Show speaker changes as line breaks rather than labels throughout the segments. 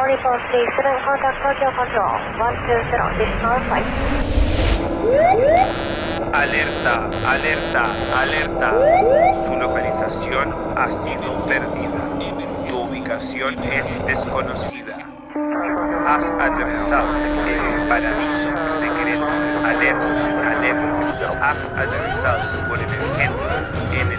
4437 contact Tokyo Control 120, this is our flight.
Alerta, alerta, alerta. Su localización ha sido perdida. Tu ubicación es desconocida. Has aterrizado en el paraíso secreto. Alerta, alerta. Has aterrizado por emergencia en el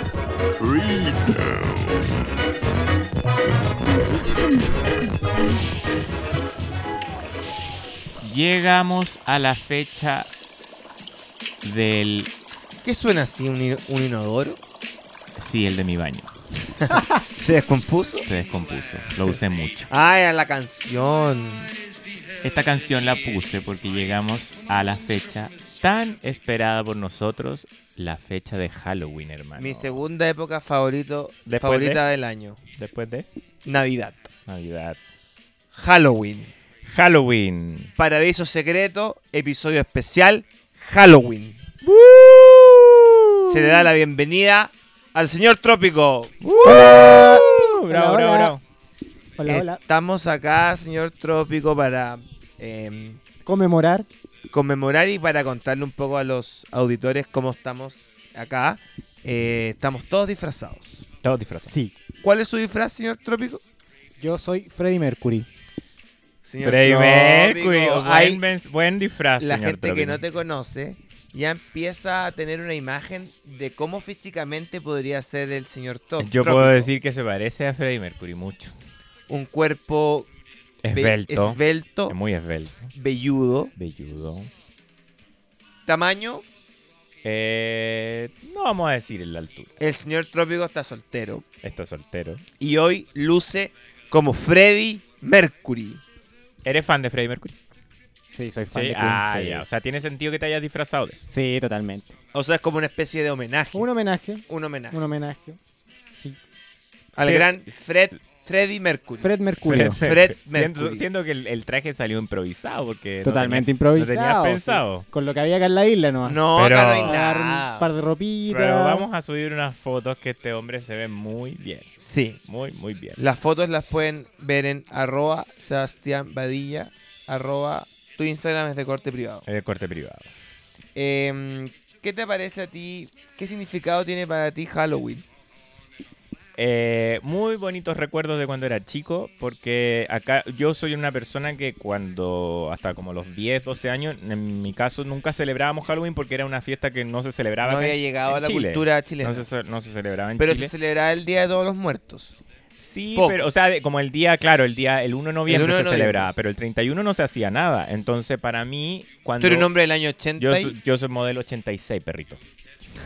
the freedom.
Llegamos a la fecha del...
¿Qué suena así? ¿Un, in- un inodoro?
Sí, el de mi baño.
¿Se descompuso?
Se descompuso. Lo usé mucho.
Ah, era la canción.
Esta canción la puse porque llegamos a la fecha tan esperada por nosotros, la fecha de Halloween, hermano.
Mi segunda época favorito,
Después
favorita
de-
del año.
Después de
Navidad.
Navidad.
Halloween.
Halloween.
Paraíso Secreto, episodio especial, Halloween. Se le da la bienvenida al señor Trópico.
Hola.
Bravo, bravo,
hola.
bravo.
Hola, hola.
Estamos acá, señor Trópico, para eh,
Conmemorar.
conmemorar y para contarle un poco a los auditores cómo estamos acá. Eh, estamos todos disfrazados.
Todos disfrazados.
Sí.
¿Cuál es su disfraz, señor Trópico?
Yo soy Freddie Mercury.
Señor
Freddie
Trópico,
Mercury,
hay-
buen, ven- buen disfraz.
la
señor
gente que
Trópico.
no te conoce ya empieza a tener una imagen de cómo físicamente podría ser el señor Top.
Yo puedo decir que se parece a Freddie Mercury mucho.
Un cuerpo be-
Esbelto.
esbelto,
Es muy esbelto.
velludo,
Velludo.
tamaño.
Eh, no vamos a decir en la altura.
El señor Trópico está soltero
Está soltero.
y hoy luce como Freddy Mercury.
¿Eres fan de Freddie Mercury?
Sí, soy
Sí. ah, ya. O sea, tiene sentido que te hayas disfrazado de eso.
Sí, totalmente.
O sea, es como una especie de homenaje.
Un homenaje.
Un homenaje
Un homenaje. Sí.
al
Sí.
gran Fred Freddy Mercury.
Fred Mercury.
Fred-
Fred
Siento,
Mercury.
siento que el, el traje salió improvisado porque no
Totalmente
tenía-
improvisado.
No tenías pensado.
sí. Con lo que había acá en la isla nomás.
No,
Pero-
acá no hay
Agarrar Un par
nada.
de ropitas.
Pero vamos a subir unas fotos que este hombre se ve muy bien.
Sí.
Muy, muy bien.
Las fotos las pueden ver en arroba Sebastián Badilla, arroba tu Instagram es de corte privado.
Es de corte privado.
Em, ¿Qué te parece a ti? ¿Qué significado tiene para ti Halloween?
Eh, muy bonitos recuerdos de cuando era chico, porque acá yo soy una persona que cuando, hasta como los 10, 12 años, en mi caso nunca celebrábamos Halloween porque era una fiesta que no se celebraba
No
acá
había
en-
llegado
en
a la
Chile.
cultura chilena.
No se, ce- no se celebraba en
pero
Chile.
se celebraba el Día de Todos los Muertos.
Sí,
Poco.
pero, o sea, de- como el día, claro, el día, el 1 de noviembre
1 de
se
noviembre.
celebraba, pero el 31 no se hacía nada. Entonces, para mí,
Tú
cuando.
eres un hombre del año 80
yo,
y
so- yo soy modelo 86, perrito.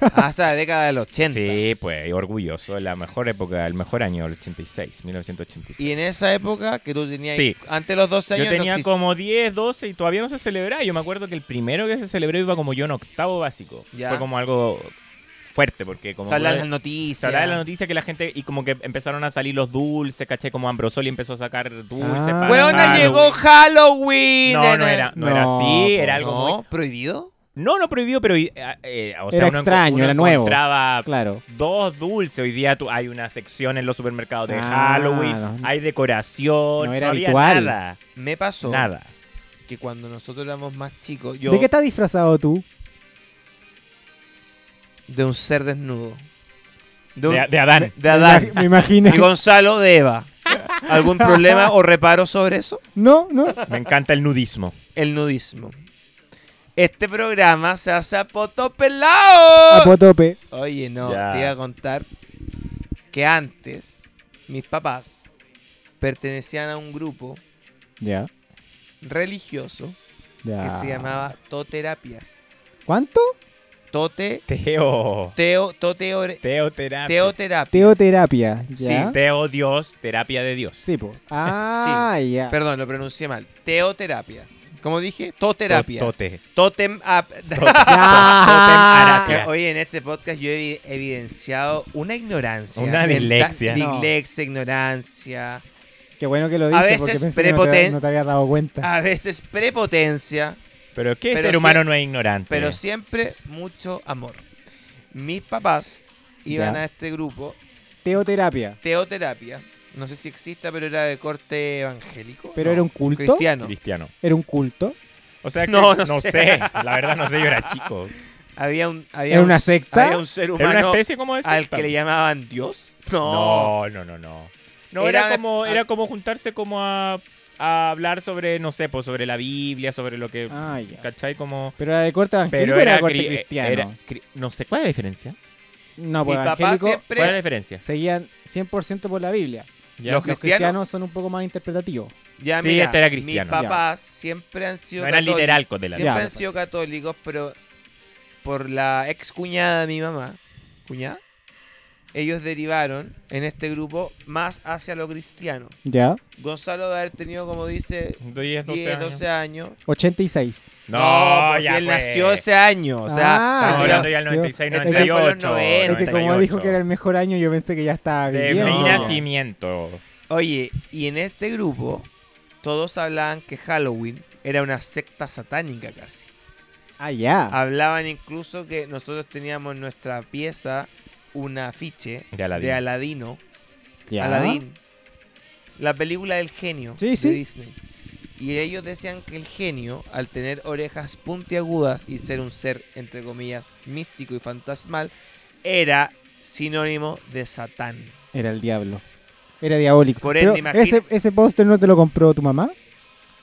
hasta la década del 80.
Sí, pues, orgulloso. La mejor época, el mejor año, el 86, 1986.
Y en esa época que tú tenías,
Sí.
antes de los 12 años,
Yo
no
tenía
exist-
como 10, 12 y todavía no se celebraba. Yo me acuerdo que el primero que se celebró iba como yo en octavo básico.
Ya.
Fue como algo fuerte porque como...
se hablan
una-
las noticias.
se hablaba de la noticia que la gente y como que empezaron a salir los dulces, caché como Ambrosoli empezó a sacar dulces.
Ah.
para
¡Hueona,
Halloween.
llegó Halloween!
No,
en
no
el-
era, no era
No,
así,
po.
era algo
No,
muy...
prohibido.
No, no prohibido, pero... eh, eh, o sea,
Era
uno enco-
extraño,
uno
era nuevo.
encontraba
Claro.
Dos dulces. Hoy día tú- hay una sección en los supermercados de
Ah,
Halloween,
no.
hay decoración,
No
no,
era
había
habitual.
nada,
Me pasó
nada.
que cuando nosotros éramos más chicos, yo
¿De qué estás disfrazado tú?
de un ser desnudo. De, un-
De, de Adán.
de Adán.
Me imagino.
Y Gonzalo de Eva. ¿Algún problema o reparo sobre eso?
No, no.
Me encanta el nudismo.
El nudismo. Este programa se hace a poto pelado.
A potope.
Oye, no,
Ya.
te iba a contar que antes mis papás pertenecían a un grupo
Ya.
religioso que
Ya. Ah.
se llamaba Toterapia.
¿Cuánto?
Tote,
Teo.
Teo, Tote, ore-
Teoterapia.
Teoterapia.
Teoterapia, ¿ya?
Sí, Teo Dios, terapia de Dios.
Sí, po. Ah, ya.
Perdón, lo pronuncié mal. Teoterapia. Como dije, toterapia.
Totote.
Totem ap-
Ya.
Totem arapia.
Oye, en este podcast yo he evi- evidenciado una ignorancia.
Una dislexia.
No.
Dislexia, ignorancia.
Qué bueno que lo
A
dices porque
veces
pensé que no te,
prepoten-
no te habías dado cuenta.
A veces prepotencia,
Pero ¿qué
Pero
ser
sí-
humano no es ignorante?
pero siempre mucho amor. Mis papás iban
Ya.
a este grupo,
Teoterapia.
teoterapia. No sé si exista, pero era de corte evangélico.
¿Pero era un culto?
Cristiano.
Cristiano.
Era un culto.
O sea que no,
No, no
sé.
sé.
La verdad no sé, yo era chico.
Había un, había
¿Era
un-
una secta?
Había un ser
Era una
humano
especie como de
al
secta.
que le llamaban Dios. No.
No, no, no, no. No, era,
Era-
como, era como juntarse como a, a hablar sobre, no sé, pues sobre la Biblia, sobre lo que.
Ah, ya.
¿Cachai? Como.
Pero era de corte evangélico
Pero
o era,
era,
de corte
cri- eh,
cristiano.
era cri- no sé, ¿cuál es la diferencia?
No, pues
Mi papá
evangélico
siempre-
¿Cuál es la diferencia?
seguían 100% por la Biblia.
Ya.
Los cristianos,
Los cristianos son un poco más interpretativos.
ya
Sí,
mira,
este era
mis
cristiano.
papás siempre han sido
No era
católicos.
literal con de la
Siempre
Biblia.
Ya,
han sido católicos, pero por la ex cuñada de mi mamá, cuñada, ellos derivaron en este grupo más hacia lo cristiano.
Ya.
Gonzalo de haber tenido, como dice,
10, 12
10,
años.
12 años.
86.
No,
pues,
ya.
si él
fue.
nació ese año. O sea,
Estamos
Ah,
hablando
ya.
ya del 96,
Es que fue
98.
los
90.
Es que como
98.
dijo que era el mejor año, yo pensé que ya estaba
De
viviendo.
mi
No.
nacimiento.
oye, y en este grupo todos hablaban que Halloween era una secta satánica casi.
Ah, ya.
Hablaban incluso que nosotros teníamos en nuestra pieza un afiche
De Aladino.
de Aladino.
ya.
Aladdin. La película del genio
Sí,
de
sí.
Disney. Y ellos decían que el genio, al tener orejas puntiagudas y ser un ser, entre comillas, místico y fantasmal, era sinónimo de Satán.
Era el diablo. Era diabólico.
Por
Pero
ende, imagina-
ese, ese póster no te lo compró tu mamá.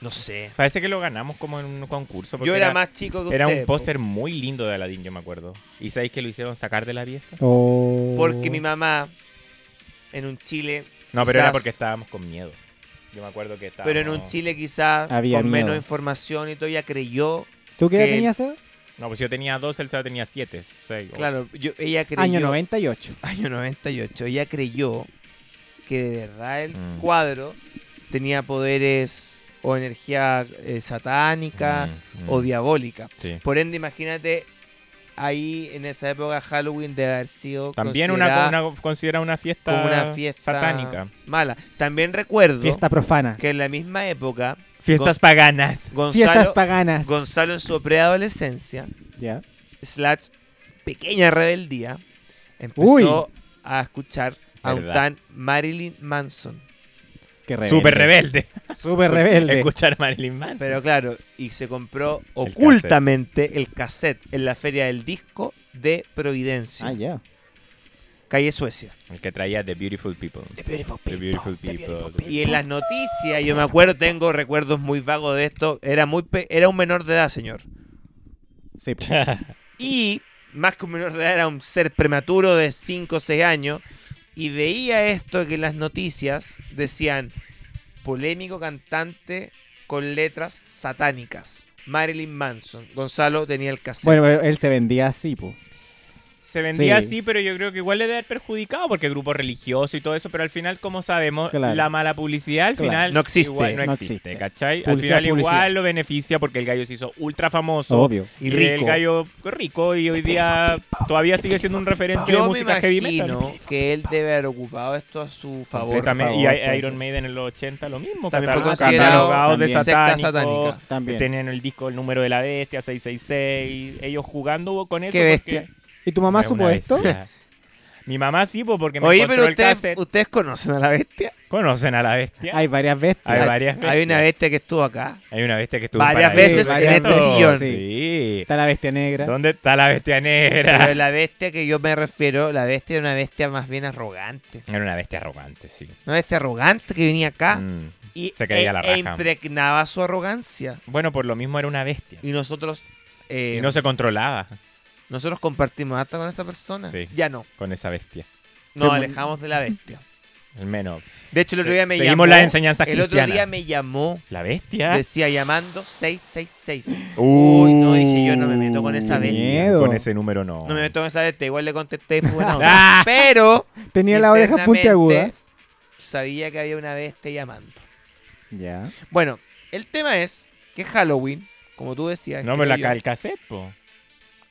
No sé.
Parece que lo ganamos como en un concurso. porque
Yo era, más chico que pues.
Era un
ustedes,
póster muy lindo de Aladdin, yo me acuerdo. ¿Y sabéis que lo hicieron sacar de la pieza?
po,
O...
Porque
Uh.
mi mamá, en un Chile,
No, pero era
Quizás.
porque estábamos con miedo. Yo me acuerdo que estábamos.
pero en un Chile quizás
Había
con menos
miedo.
información y todo, ella creyó.
¿Tú qué edad
que-
tenías, Sebas?
No, pues yo tenía 12, él solo tenía 7. 6,
Claro, yo- ella creyó.
Año 98.
año 98, ella creyó que de verdad el
Mm.
cuadro tenía poderes o energía eh, satánica
Mm,
o diabólica.
Sí.
Por ende, imagínate ahí en esa época Halloween de haber sido
También una,
considerada
una considera una fiesta,
como una fiesta
satánica.
mala. También recuerdo
Fiesta profana.
que en la misma época
Fiestas paganas.
Fiestas
Gonzalo,
paganas.
Gonzalo en su preadolescencia
Ya.
slash pequeña rebeldía empezó
Uy.
a escuchar a un
Verdad.
tan Marilyn Manson.
Qué rebelde.
Súper rebelde.
Súper rebelde.
Escuchar Marilyn Manson.
Pero claro, y se compró
cassette.
ocultamente el cassette en la feria del disco de Providencia,
Ah, ya.
calle Suecia.
El que traía The Beautiful People. The Beautiful People. The Beautiful People.
Y en las noticias, yo me acuerdo, tengo recuerdos muy vagos de esto, era, muy pe- era un menor de edad, señor.
Sí. pues. po.
Y más que un menor de edad, era un ser prematuro de 5 o 6 años. Y veía esto que en las noticias decían, polémico cantante con letras satánicas. Marilyn Manson. Gonzalo tenía el cassette.
Bueno, pero él se vendía así, pues, po.
Se vendía
Sí.
así, pero yo creo que igual le debe haber perjudicado porque el grupo religioso y todo eso, pero al final, como sabemos,
Claro.
la mala publicidad al
Claro.
final
No existe.
igual no,
No
existe,
existe.
¿cachai?
Publicidad,
al final
publicidad.
igual lo beneficia porque el gallo se hizo ultra famoso.
Obvio.
y
El
rico.
gallo rico y hoy día todavía sigue siendo un referente de
Yo me
música heavy metal.
imagino que él debe haber ocupado esto a su favor. pues, eh.
Completamente.
favor,
y I-
por
Iron
eso.
Maiden en los 80 lo mismo.
También fue
catal-
considerado
catalogados de
también
secta
satánico,
satánica.
También.
Tenían el disco El número de la bestia, 666. Ellos jugando con eso.
Qué bestia.
porque-
¿Y tu mamá
Es una
supo esto?
bestia. Mi mamá sí, po, porque me
Oye,
encontró
pero
el
ustedes,
cassette.
ustedes conocen a la bestia.
Conocen a la bestia.
Hay varias
Hay
bestias.
varias
Hay una
bestias.
bestia que estuvo acá.
Hay una bestia que estuvo
Varias
en Paraíso.
veces en Varias este veces.
sillón.
Sí.
Está la bestia negra.
¿Dónde está la bestia
Pero
negra?
la bestia que yo me refiero, la bestia era una bestia más bien arrogante.
Era una bestia arrogante, sí.
Una bestia arrogante que venía acá
Mm.
y
se creía
e-
la
e
raja.
impregnaba su arrogancia.
Bueno, por lo mismo era una bestia.
Y nosotros eh,
Y no se controlaba
nosotros compartimos hasta con esa persona.
Sí.
Ya no,
con esa bestia.
nos
Se-
alejamos de la bestia.
Al menos.
De hecho, el otro día me
Seguimos
llamó.
las enseñanzas
El otro
cristianas.
día me llamó,
La bestia.
decía llamando 666.
Uh,
Uy, no, dije yo no me meto con esa bestia.
miedo.
Con ese número no. Ah,
No me meto con esa bestia. Igual le contesté, fue buena onda. Pero
Tenía las orejas
Internamente.
puntiagudas.
sabía que había una bestia llamando.
Ya.
Bueno, el tema es que Halloween, como tú decías.
No, me la
creo yo-
cal cassette, po.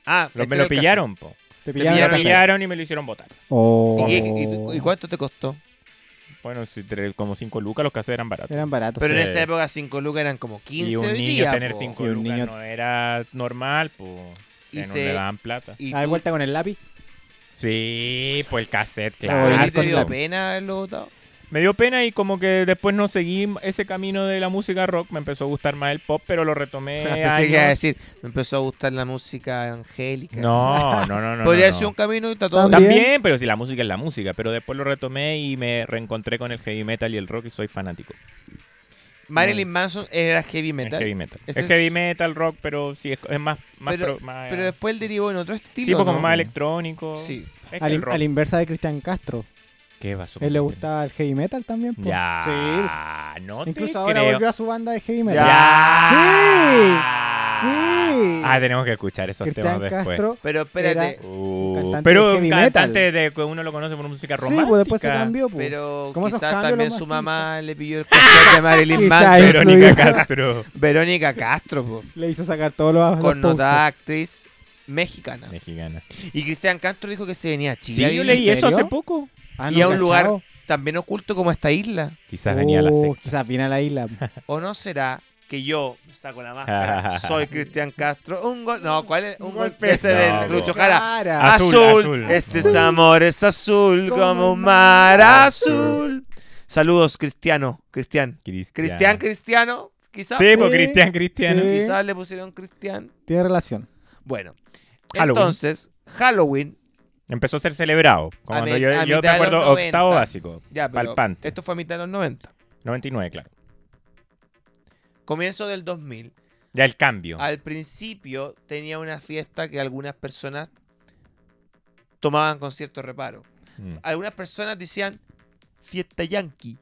Ah,
Lo- me
creo
lo
que-
pillaron, po.
Te
Me lo
pillaron la
pillaron.
casa.
pillaron y me lo hicieron botar.
Oh.
¿Y, y- y cuánto te costó?
Bueno, si tre- como 5 lucas los cassettes eran baratos.
Eran baratos.
Pero en
sé.
esa época 5 lucas eran como 15
y un
hoy
niño
día,
tener
po.
5
Y un
lucas
niño-
no era normal, po.
Y
Que no
se-
le daban plata.
Y
Dar
tú-
vuelta con el lápiz.
Sí, pues el cassette,
Claro,
claro.
¿a ti te
con
dio
lápiz.
pena haberlo votado?
Me dio pena y como que después no seguí ese camino de la música rock. Me empezó a gustar más el pop, pero lo retomé.
Pensé que iba a
años-
decir, me empezó a gustar la música angélica.
No, no, no, no.
Podría
no,
ser
no.
un camino y está todo
También.
bien.
También, pero si la música es la música. Pero después lo retomé y me reencontré con el heavy metal y el rock y soy fanático.
Marilyn Manson era heavy metal,
Es heavy metal. Es,
Ese es-
heavy metal, rock, pero sí, es, es más, más,
Pero-
pro-
Ah,
más-
pero después él derivó en otro estilo.
tipo pues, como
¿no?
más electrónico.
Sí.
Es que
Al,
el
in-
rock.
a la inversa de Cristian Castro.
¿Qué pasó?
Él le gustaba el heavy metal también. po. Sí.
Ya. No te
Incluso ahora
creo.
volvió a su banda de heavy metal.
Ya.
Sí, sí.
Ah, tenemos que escuchar esos
Cristian
temas después.
Castro.
Pero espérate,
Era-
Uh,
cantante
pero
de
un
heavy
cantante de que uno lo conoce por música romántica.
Sí, pues después se cambió. Pues.
pero
¿Cómo esos
quizás
cambios
también
los
su
más
mamá le pilló el cassette de Marilyn
Quizás
Manson.
influyó.
Verónica Castro.
Verónica Castro, po,
Le hizo sacar todos los, los
connotada actriz mexicana.
Mexicana.
Y Cristian Castro dijo que se venía a
Sí,
Chile. a
yo
vivir.
leí eso
serio?
hace poco.
posters. Ah,
y
no,
a un lugar
cachao.
también oculto como esta isla.
Quizás venía a la
Oh,
sexta.
Quizás viene a la isla.
¿O no será que yo me saco la máscara? Soy Cristian Castro. Un gol. No, ¿cuál es? Un golpe ese
No,
del Lucho Jara. Ah.
Cara.
Azul,
Azul,
azul.
Este
Azul.
es amor es azul
Como
como un
un
mar
mar
azul. Saludos, Cristiano. Cristian. Cristian,
Cristiano.
Cristiano. Quizás.
Sí, pues
Sí,
Cristian, Cristiano.
sí.
Quizás le pusieron Cristian.
Tiene relación.
Bueno.
Halloween.
Entonces, Halloween.
Empezó a ser celebrado.
A
Cuando
mi-
yo,
a
yo
mitad de
me acuerdo,
los 90.
octavo básico.
Ya, pero
Palpante.
esto fue a mitad de los 90.
99, claro.
Comienzo del 2000.
Ya el cambio.
Al principio tenía una fiesta que algunas personas tomaban con cierto reparo.
Mm.
Algunas personas decían fiesta yankee,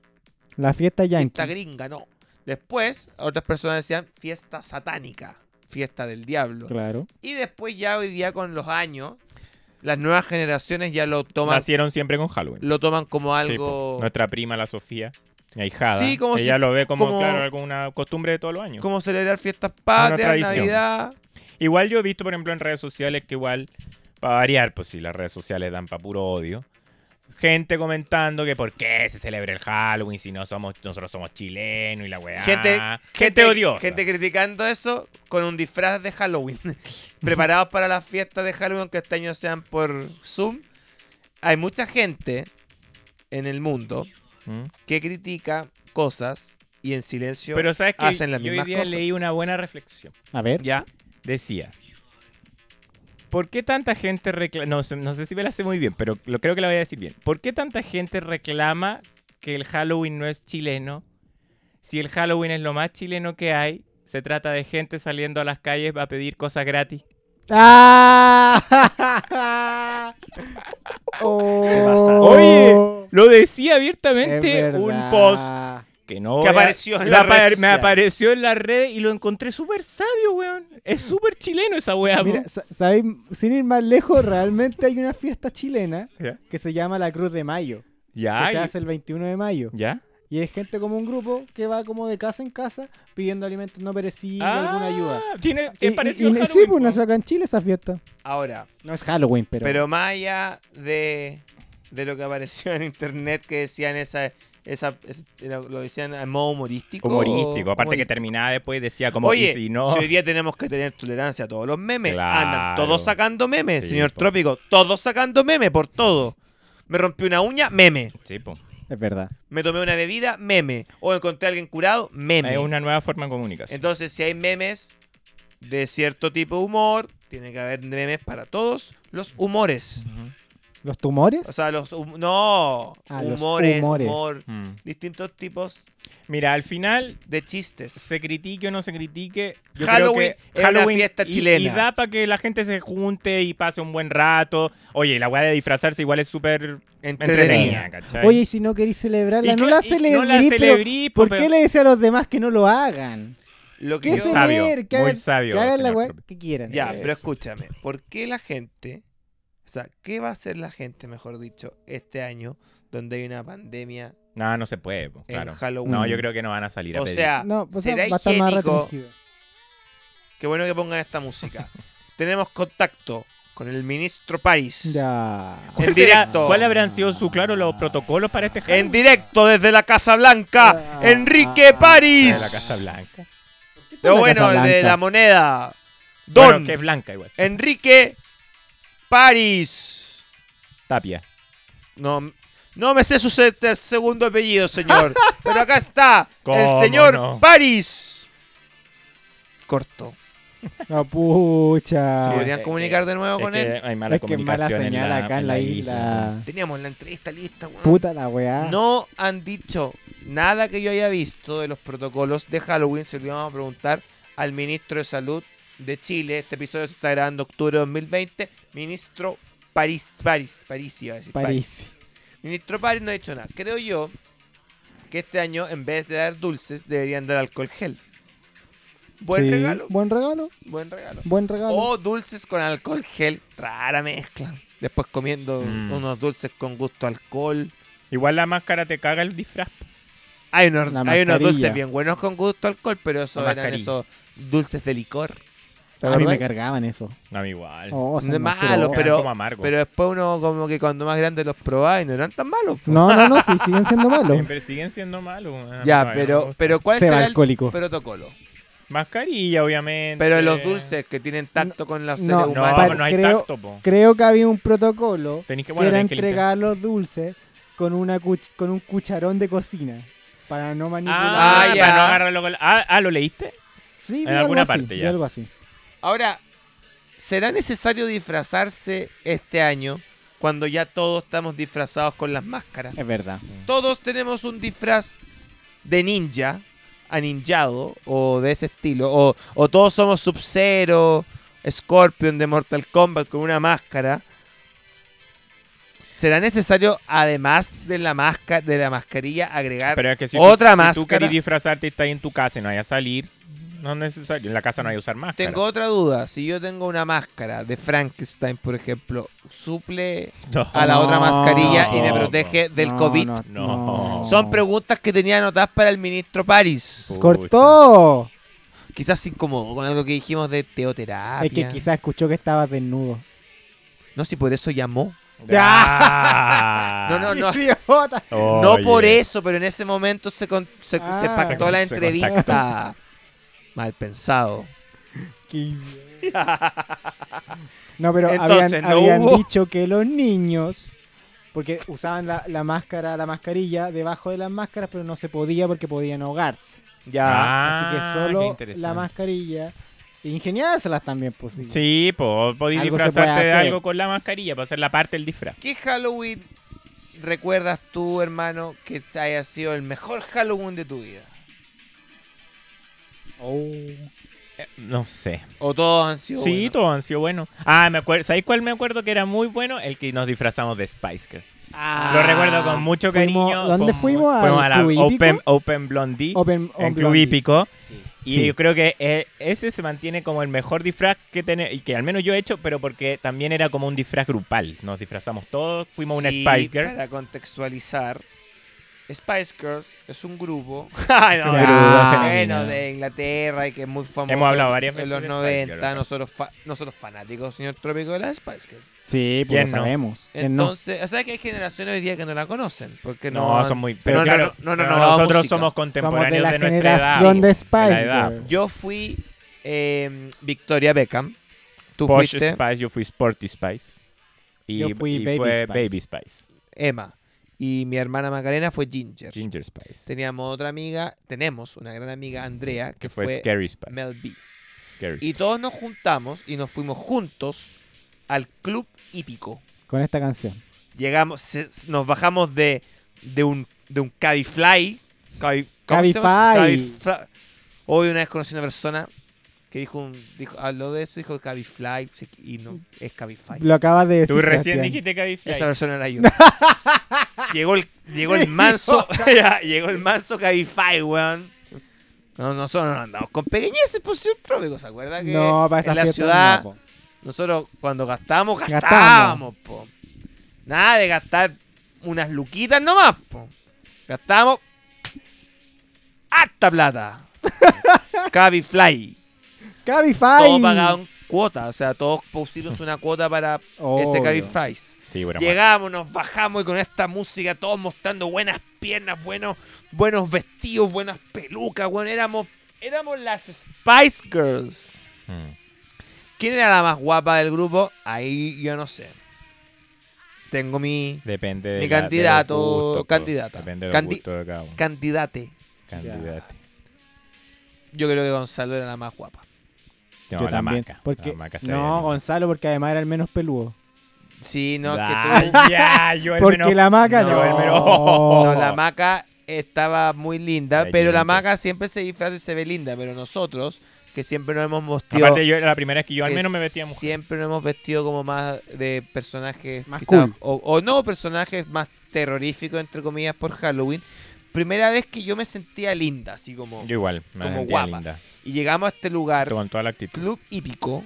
La fiesta
fiesta
yankee.
gringa, no. Después, otras personas decían fiesta satánica, fiesta del diablo.
Claro.
Y después ya hoy día con los años, las nuevas generaciones ya lo toman,
Nacieron siempre con Halloween.
lo toman como
Sí,
algo...
po. Nuestra prima, la Sofía, mi ahijada.
Sí, como
ella
si-
lo ve como,
como-
claro, alguna costumbre de todos los años.
como celebrar fiestas
Una
patrias,
Ah, tradición.
Navidad.
Igual yo he visto, por ejemplo, en redes sociales que igual, para variar, pues si las redes sociales dan para puro odio, gente comentando que por qué se celebra el Halloween si no somos nosotros somos chilenos y la weá.
Gente,
Ah, gente odiosa.
Gente criticando eso con un disfraz de Halloween. Preparados para las fiestas de Halloween, que este año sean por Zoom. Hay mucha gente en el mundo
¿Mm?
que critica cosas y en silencio
Pero sabes que
hacen las
yo hoy
mismas
día
cosas.
leí una buena reflexión.
A ver.
¿Ya?
Decía, ¿por qué tanta gente reclama? No, sé- no sé si me la sé muy bien, pero lo creo que la voy a decir bien. ¿Por qué tanta gente reclama que el Halloween no es chileno? Si el Halloween es lo más chileno que hay, se trata de gente saliendo a las calles a pedir cosas gratis.
¡Ah! Oh.
Oye, lo decía
Es
abiertamente
verdad.
un post que no
Que
era-
apareció en
me
las redes
me
sociales.
apareció en las redes y lo encontré súper sabio, weón. Es súper chileno esa weá,
Mira,
po.
sa- ¿sabéis? sin ir más lejos, realmente hay una fiesta chilena
Ya.
que se llama la Cruz de Mayo.
Ya,
Que se
y-
hace el 21 de mayo.
ya.
Y es gente como un grupo que va como de casa en casa pidiendo alimentos no perecidos,
Ah.
alguna ayuda.
Tiene,
Y-
es
y-
parecido
y-
al
Sí,
Halloween,
pues
po.
nació acá en Chile esa fiesta.
Ahora,
No es Halloween, pero.
pero más allá de, de lo que apareció en internet que decían esa... esa, es- lo, lo decían en modo humorístico.
Humorístico, aparte que
Humorístico.
terminaba después decía como
Oh, Oye,
y si no.
si hoy día tenemos que tener tolerancia a todos los memes.
Claro.
Andan todos sacando memes,
Sí,
señor
po.
Trópico. Todos sacando memes por todo. Me rompí una uña, meme.
Sí, po.
Es verdad.
Me tomé una bebida, meme. O encontré a alguien curado, meme.
Es una nueva forma de comunicación.
Entonces, si hay memes de cierto tipo de humor, tiene que haber memes para todos los humores.
¿Los tumores?
O sea, los hum- no,
Ah, los
humores,
humores.
humor,
Mm.
distintos tipos
Mira, al final,
de chistes.
se critique o no se critique, yo
Halloween
creo que
es una fiesta
y-
chilena.
Y, da para que la gente se junte y pase un buen rato. Oye, y la weá de disfrazarse igual es súper
Entretenida.
entretenida, ¿cachai?
Oye, y si no queréis celebrarla,
Y
no
cla-
la
y no la
celebréis, pero
celebréis,
¿por
pero-
qué le decís a los demás que no lo hagan?
Lo que
¿Qué
yo-
se- Sabio,
celebren? Que
muy
hagan,
sabio,
que hagan la
señor
weá
Prope.
que quieran.
Ya,
Eso.
pero escúchame, ¿por qué la gente, o sea, qué va a hacer la gente, mejor dicho, este año donde hay una pandemia
No, no se puede, po,
en
claro.
Halloween?
No, yo creo que no van a salir a
o
pedir.
sea,
No, pues
será
va a estar más
higiénico.
restringido.
Qué bueno que pongan esta música. Tenemos contacto con el ministro París.
Ya.
En
Pues Será-
directo.
¿Cuáles habrán sido, su, claro, los protocolos para este
En
Halloween?
directo desde la Casa Blanca,
Ah.
Enrique
De
París.
la Casa Blanca.
Lo
la Casa
bueno, el de
Blanca?
la moneda. Don
Bueno, que es blanca igual.
Enrique París.
Tapia.
No, no me sé su se- te- segundo apellido, señor. pero acá está
¿Cómo
el señor
no?
París. Corto.
No, pucha.
¿Se podrían
es
comunicar de nuevo
eh, Es
con
que
él?
hay mala
Ah, es que mala
comunicación en
señal
la-
acá en la isla.
Teníamos la entrevista lista, weón.
Puta la weá.
No han dicho nada que yo haya visto de los protocolos de Halloween. Se lo íbamos a preguntar al ministro de Salud de Chile. Este episodio se está grabando octubre de 2020. Ministro París, París, París, iba a decir. París.
París.
Ministro París no ha dicho nada. Creo yo que este año, en vez de dar dulces, deberían dar alcohol gel. Buen
Sí,
regalo, Oh,
Buen regalo.
buen regalo.
Buen regalo.
O dulces con alcohol gel, rara mezcla. Después comiendo
Mm.
unos dulces con gusto a alcohol.
Igual la máscara te caga el disfraz.
Hay unos,
La
hay unos
mascarilla.
dulces bien buenos con gusto a alcohol, pero esos
La
eran
mascarilla.
esos dulces de licor. ¿Te
a mí me
acordás?
cargaban eso.
A mí igual.
Oh, son
No es
más
malo,
asquerosos.
Quedan
pero,
como amargos.
pero después uno como que cuando más grande los probaba y no eran tan malos. pues. po.
No, no, no, sí, siguen siendo malos.
Siempre siguen siendo malos. Ah,
Ya,
no, a mí no me
pero,
gusta.
pero ¿cuál
Ser
será
alcohólico.
el protocolo?
Mascarilla, obviamente.
Pero los dulces que tienen tacto con los seres
no,
No,
humanos.
Par-
no hay
creo-
tacto, po.
Creo que había un protocolo
Tenés que,
que
bueno,
era
tenés que limpiar.
entregar los dulces con, una cuch- con un cucharón de cocina para no manipular.
Ah,
Ah,
ya.
ya.
Para no agarrarlo con la- ah, ah, ¿lo leíste?
sí,
en
vi algo
alguna
así,
parte
vi
ya.
algo así.
Ahora, ¿será necesario disfrazarse este año cuando ya todos estamos disfrazados con las máscaras?
Es verdad.
Todos tenemos un disfraz de ninja, aninjado, o de ese estilo. O, o todos somos Sub-Zero, Scorpion de Mortal Kombat con una máscara. ¿Será necesario, además de la, máscara, de la mascarilla, agregar
Pero es que si
otra
tú, Si tú
máscara?
querés disfrazarte y estás en tu casa y no hay a salir, no es necesario. En la casa no hay que usar máscara.
Tengo otra duda. Si yo tengo una máscara de Frankenstein, por ejemplo, ¿suple
Oh, No.
a la otra
No,
mascarilla y me
no,
protege del
No,
COVID?
no,
No.
no.
Son preguntas que tenía anotadas para el ministro París.
Puta.
¡Cortó!
Quizás se incomodó con algo que dijimos de teoterapia.
Es que quizás escuchó que estabas desnudo.
No, si por eso llamó.
Ah.
No, no, no.
¡Idiota!
No
Oye.
por eso, pero en ese momento se, con- se, se
Ah.
pactó la
Se con- se
entrevista. Mal pensado.
Qué- No, pero
Entonces,
habían,
no
habían
hubo-
dicho que los niños, porque usaban la, la máscara, la mascarilla debajo de las máscaras, pero no se podía porque podían ahogarse.
Ya.
Ah,
Así que
qué
solo
interesante.
la mascarilla, e ingeniárselas también, pues sí.
Sí, po, podés
Algo se
disfrazarte
puede
de
hacer.
algo con la mascarilla para hacer la parte del disfraz.
¿Qué Halloween recuerdas tú, hermano, que haya sido el mejor Halloween de tu vida?
Oh.
Eh, No sé.
¿O todos han sido
sí,
buenos?
todos han sido buenos. Ah, me acuerdo. ¿Sabéis cuál me acuerdo que era muy bueno? El que nos disfrazamos de Spice Girls.
Ah,
Lo recuerdo con mucho
fuimos-
cariño.
¿Dónde
Fue-
fuimos? ¿Al
Fuimos a la
Club Hípico?
Open, Open Blondie.
Open-
en
Open
Club
Blondie.
Hípico. Y
Sí.
yo creo que eh, ese se mantiene como el mejor disfraz que tiene, y que al menos yo he hecho, pero porque también era como un disfraz grupal. Nos disfrazamos todos, fuimos una
Sí,
Spice Girl.
Para contextualizar, Spice Girls es un grupo Ay, no,
Es un
ya,
grupo
bueno,
femenino.
de Inglaterra y que es muy famoso.
Ah, Hemos hablado varias
En
veces
los
de Spice
90,
Girls acá.
nosotros, fa- nosotros fanáticos, señor Trópico, de las Spice Girls.
Sí, pues
¿Quién
lo
no?
sabemos. ¿Quién no?
Entonces, o sea que hay generaciones hoy día que no la conocen. Porque no,
No,
han-
son muy.
no,
Pero
no,
claro,
no, no, no,
pero
no,
nosotros
música.
somos
Somos de
contemporáneos
la
de, nuestra edad.
generación de
de
Spice
la edad.
Girl.
Yo fui eh, Victoria Beckham. Tú
Posh
fuiste
Spice, yo fui Sporty Spice. Y,
Yo fui
y
Baby
fue
Spice.
Baby Spice.
Emma. Y mi hermana Macarena fue Ginger.
Ginger Spice.
Teníamos otra amiga, tenemos una gran amiga, Andrea, que
Que fue,
fue
Scary Spice.
Mel B.
Scary
Y todos nos juntamos y nos fuimos juntos al club hípico.
Con esta canción.
Llegamos, se- nos bajamos de, de un, de un Cabify, Cabi- ¿Cómo se llama?
Cabify.
Cabifla- Hoy una vez conocí a una persona que dijo, un, dijo habló de eso, dijo Cabifly, y no, es Cabify.
Lo acabas de decir.
Tú recién
Sebastián.
dijiste Cabify.
Esa persona era yo. llegó, el, llegó el manso. ya, llegó el manso Cabify, weón. No, nosotros no andamos con pequeñeces por ser trópico, ¿se acuerda? Que
No, para esas
en la
fiestas
ciudad,
no, po.
nosotros cuando gastamos,
Gastamos.
gastábamos, po. Nada de gastar unas luquitas nomás, po. Gastamos harta plata. Cabify.
Cabify.
Todos pagaban cuota, o sea, todos pusimos una cuota para ese
Obvio.
Cabify.
Sí, bueno,
Llegamos, nos bajamos y con esta música todos mostrando buenas piernas, buenos, buenos vestidos, buenas pelucas, bueno, éramos, éramos las Spice Girls.
Mm.
¿Quién era la más guapa del grupo? Ahí yo no sé. Tengo mi
Depende de
Mi
la- de
candidato,
los gustos, po.
candidata.
Depende de los
Candi-
gustos de cada uno.
candidate.
Candidato.
Yo creo que Gonzalo era la más guapa.
No,
Yo
la
también.
maca.
porque,
La maca se
no,
veía linda.
Gonzalo, porque además era el menos peludo.
Sí, no,
Ah,
que tú...
ya, yo el
Porque
menos-
la maca
No,
no.
el menos-
No,
Oh.
la maca estaba muy linda,
Ay,
pero la
gente.
maca siempre se disfraza y se ve linda, pero nosotros, que siempre nos hemos mostrado...
Aparte, yo era la primera vez que yo al
que
menos me vestía mujer.
Siempre nos hemos vestido como más de personajes.
Más
quizás-
cool.
o, o no, personajes más terroríficos, entre comillas, por Halloween. Primera vez que yo me sentía linda, así como.
Yo igual, me
como
sentía
guapa.
linda.
Y llegamos a este lugar,
Con toda la actitud.
club hípico,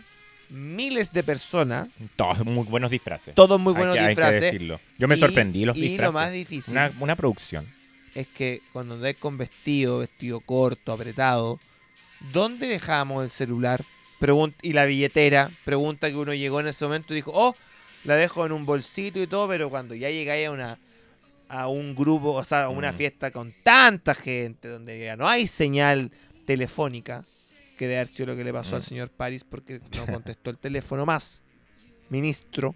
miles de personas,
Todos muy buenos disfraces.
todos muy
Hay
buenos
que- hay que
disfraces.
decirlo. Yo me
y-
sorprendí los
Y lo más
disfraces.
difícil
Una, una producción.
es que cuando andáis con vestido, vestido corto, apretado, ¿dónde dejamos el celular? Pregun- y la billetera, pregunta que uno llegó en ese momento y dijo, oh, la dejo en un bolsito y todo, pero cuando ya llegáis a una a un grupo, o sea, a una
Mm.
fiesta con tanta gente, donde ya no hay señal telefónica, que de haber sido lo que le pasó al
Mm.
señor París porque no contestó el teléfono más, ministro,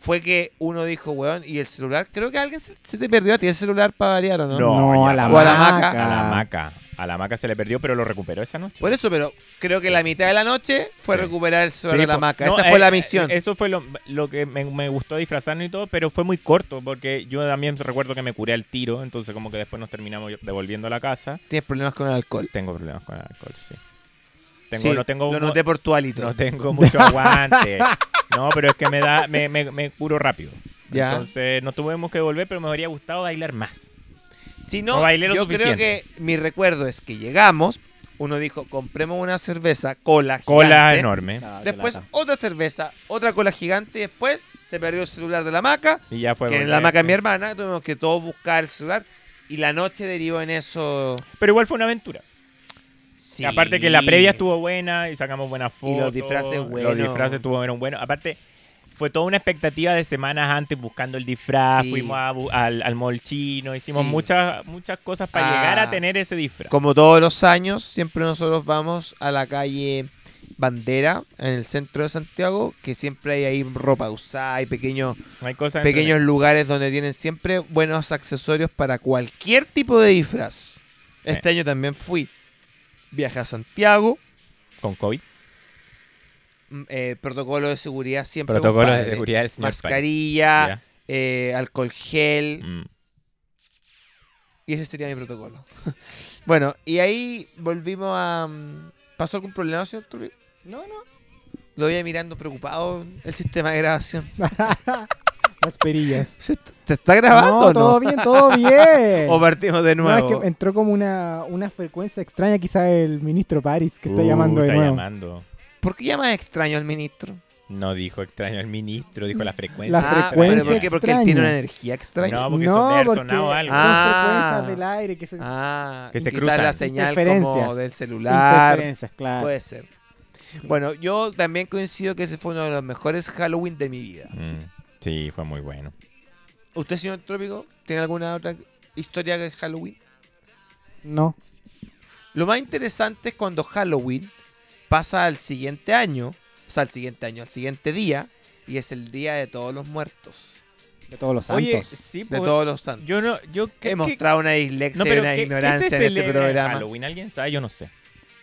fue que uno dijo, weón, y el celular, creo que alguien se, se te perdió a ti el celular para variar o no.
No,
ya.
a la
O a la
maca.
maca.
A la maca. A la maca se le perdió, pero lo recuperó esa noche.
Por eso, pero creo que la mitad de la noche fue
Sí.
recuperar el celular
Sí,
de la
po-
maca.
no,
Esa
eh,
fue la
eh,
misión.
Eso fue lo, lo que me, me gustó disfrazarnos y todo, pero fue muy corto porque yo también recuerdo que me curé al tiro, entonces como que después nos terminamos devolviendo a la casa.
Tienes problemas con el alcohol.
Tengo problemas con el alcohol, sí. Tengo,
Sí,
no tengo
lo noté por tu hálito.
no tengo mucho aguante. No, pero es que me da me, me, me curo rápido.
Ya.
Entonces no tuvimos que volver, pero me habría gustado bailar más.
Si no,
no bailé lo
yo creo que
suficiente.
mi recuerdo es que llegamos, uno dijo, compremos una cerveza, cola
Cola
gigante,
enorme.
Ah, qué
Después
lata.
otra cerveza, otra cola gigante y después se perdió el celular de la maca,
Y ya fue.
que en
volver.
la maca de mi hermana, tuvimos que todos buscar el celular y la noche derivó en eso.
Pero igual fue una aventura.
Sí.
Aparte que la previa estuvo buena y sacamos buenas fotos.
disfraces
Los
buenos.
disfraces estuvieron buenos. Aparte, fue toda una expectativa de semanas antes buscando el disfraz.
Sí.
Fuimos a bu- al, al mall chino, hicimos
Sí.
muchas, muchas cosas para
Ah.
llegar a tener ese disfraz.
Como todos los años, siempre nosotros vamos a la calle Bandera, en el centro de Santiago, que siempre hay ahí ropa usada, hay pequeños,
No hay cosas entre-
pequeños lugares donde tienen siempre buenos accesorios para cualquier tipo de disfraz. Este año también fui. Viajé a Santiago,
con COVID.
mm, eh, protocolo de seguridad siempre.
Protocolos de
compadre.
seguridad del señor París.
Mascarilla,
Ya.
eh, alcohol gel,
Mm.
Y ese sería mi protocolo. bueno, y ahí volvimos a... mm, ¿Pasó algún problema, señor Turbi?
No, no.
Lo veía mirando preocupado el sistema de grabación.
Las perillas.
¿Se, se está
No,
grabando o no?
todo bien, todo bien.
¿O partimos de
No, es
nuevo?
que entró como una, una frecuencia extraña, quizá el ministro París, que está
Uh,
llamando de
está
nuevo.
llamando.
¿Por qué llamas extraño al ministro?
No dijo extraño el ministro, dijo la frecuencia.
La
ah, pero
frecuencia
¿por qué? Porque él tiene
extraña.
una energía extraña.
No, porque son de haber sonado
porque
algo.
son
Ah.
frecuencias del aire que se
Ah,
Que se
quizás
cruzan.
la señal como
Interferencias.
del celular.
interferencias, claro.
Puede ser. Bueno, yo también coincido que ese fue uno de los mejores Halloween de mi vida.
Mm, Sí, fue muy bueno.
¿Usted, señor Trópico, tiene alguna otra historia de Halloween?
No.
Lo más interesante es cuando Halloween pasa al siguiente año, o sea, al siguiente año, al siguiente día, y es el día de todos los muertos,
De todos los
Oye,
santos.
sí,
de
po-
todos los santos.
yo no, yo ¿qué-
He
qué-
mostrado una dislexia
no,
y
pero
una
¿qué- qué
ignorancia
se
en este
celebra
programa.
Halloween, alguien sabe, yo no sé.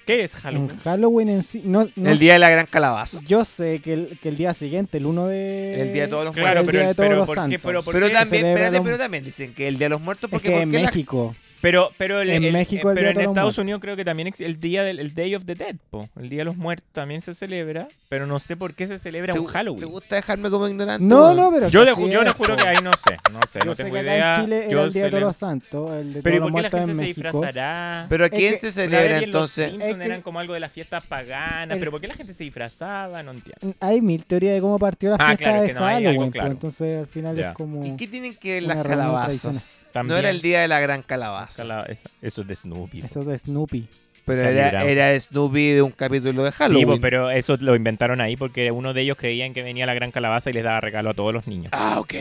¿Qué es
En
Halloween?
Halloween en sí. No, no
El día de la gran calabaza.
sé. Yo sé que el, que el día siguiente, el 1 de.
El día de todos los
Claro,
el
muertos.
pero,
día de todos
pero
los
¿por qué,
santos.
pero por
Pero
qué?
también,
celebra
espérate,
los-
pero también dicen que el día de los muertos
Es
porque
que
¿por
en
qué la-
México.
Pero, pero el-
En
el-
México el
pero
Día
en
de los
Estados
Muertos.
Unidos creo que también ex- el día del el Day of the Dead, po. el Día de los Muertos también se celebra, pero no sé por qué se celebra
¿Te,
un
gu-
Halloween.
te gusta dejarme como ignorante?
No,
weón?
no, pero.
yo,
sí
le, ju- yo
es,
le juro
po.
que ahí no sé, no sé,
Yo
no
sé
tengo
que acá
idea.
en Chile
yo
era el Día de
celebro-
todos los santos, el de
Pero ¿y
todos
por
los
qué la
muertos
gente
en
se
México.
disfrazará?
¿Pero a
Es
quién
que-
Este se
Una vez
celebra
vi en los
entonces?
Simpsons
Es que-
eran como algo de las fiestas paganas,
El-
pero ¿por qué la gente se disfrazaba? No entiendo.
Hay mil teorías de cómo partió la
Ah,
fiesta
claro, es
de
que no hay algo
Halloween, po,
claro.
entonces al final
Ya.
es como.
¿Y qué tienen que ver
Una
las
reunión
calabazas?
tradicional.
También
No era el día de la gran calabaza,
cala- esa- eso es de Snoopy. po.
Eso de Snoopy.
pero
Charlie
era,
Brown.
era Snoopy de un capítulo de
Sí,
Halloween.
po, pero eso lo inventaron ahí porque uno de ellos creían que venía la gran calabaza y les daba regalo a todos los niños.
Ah, ok.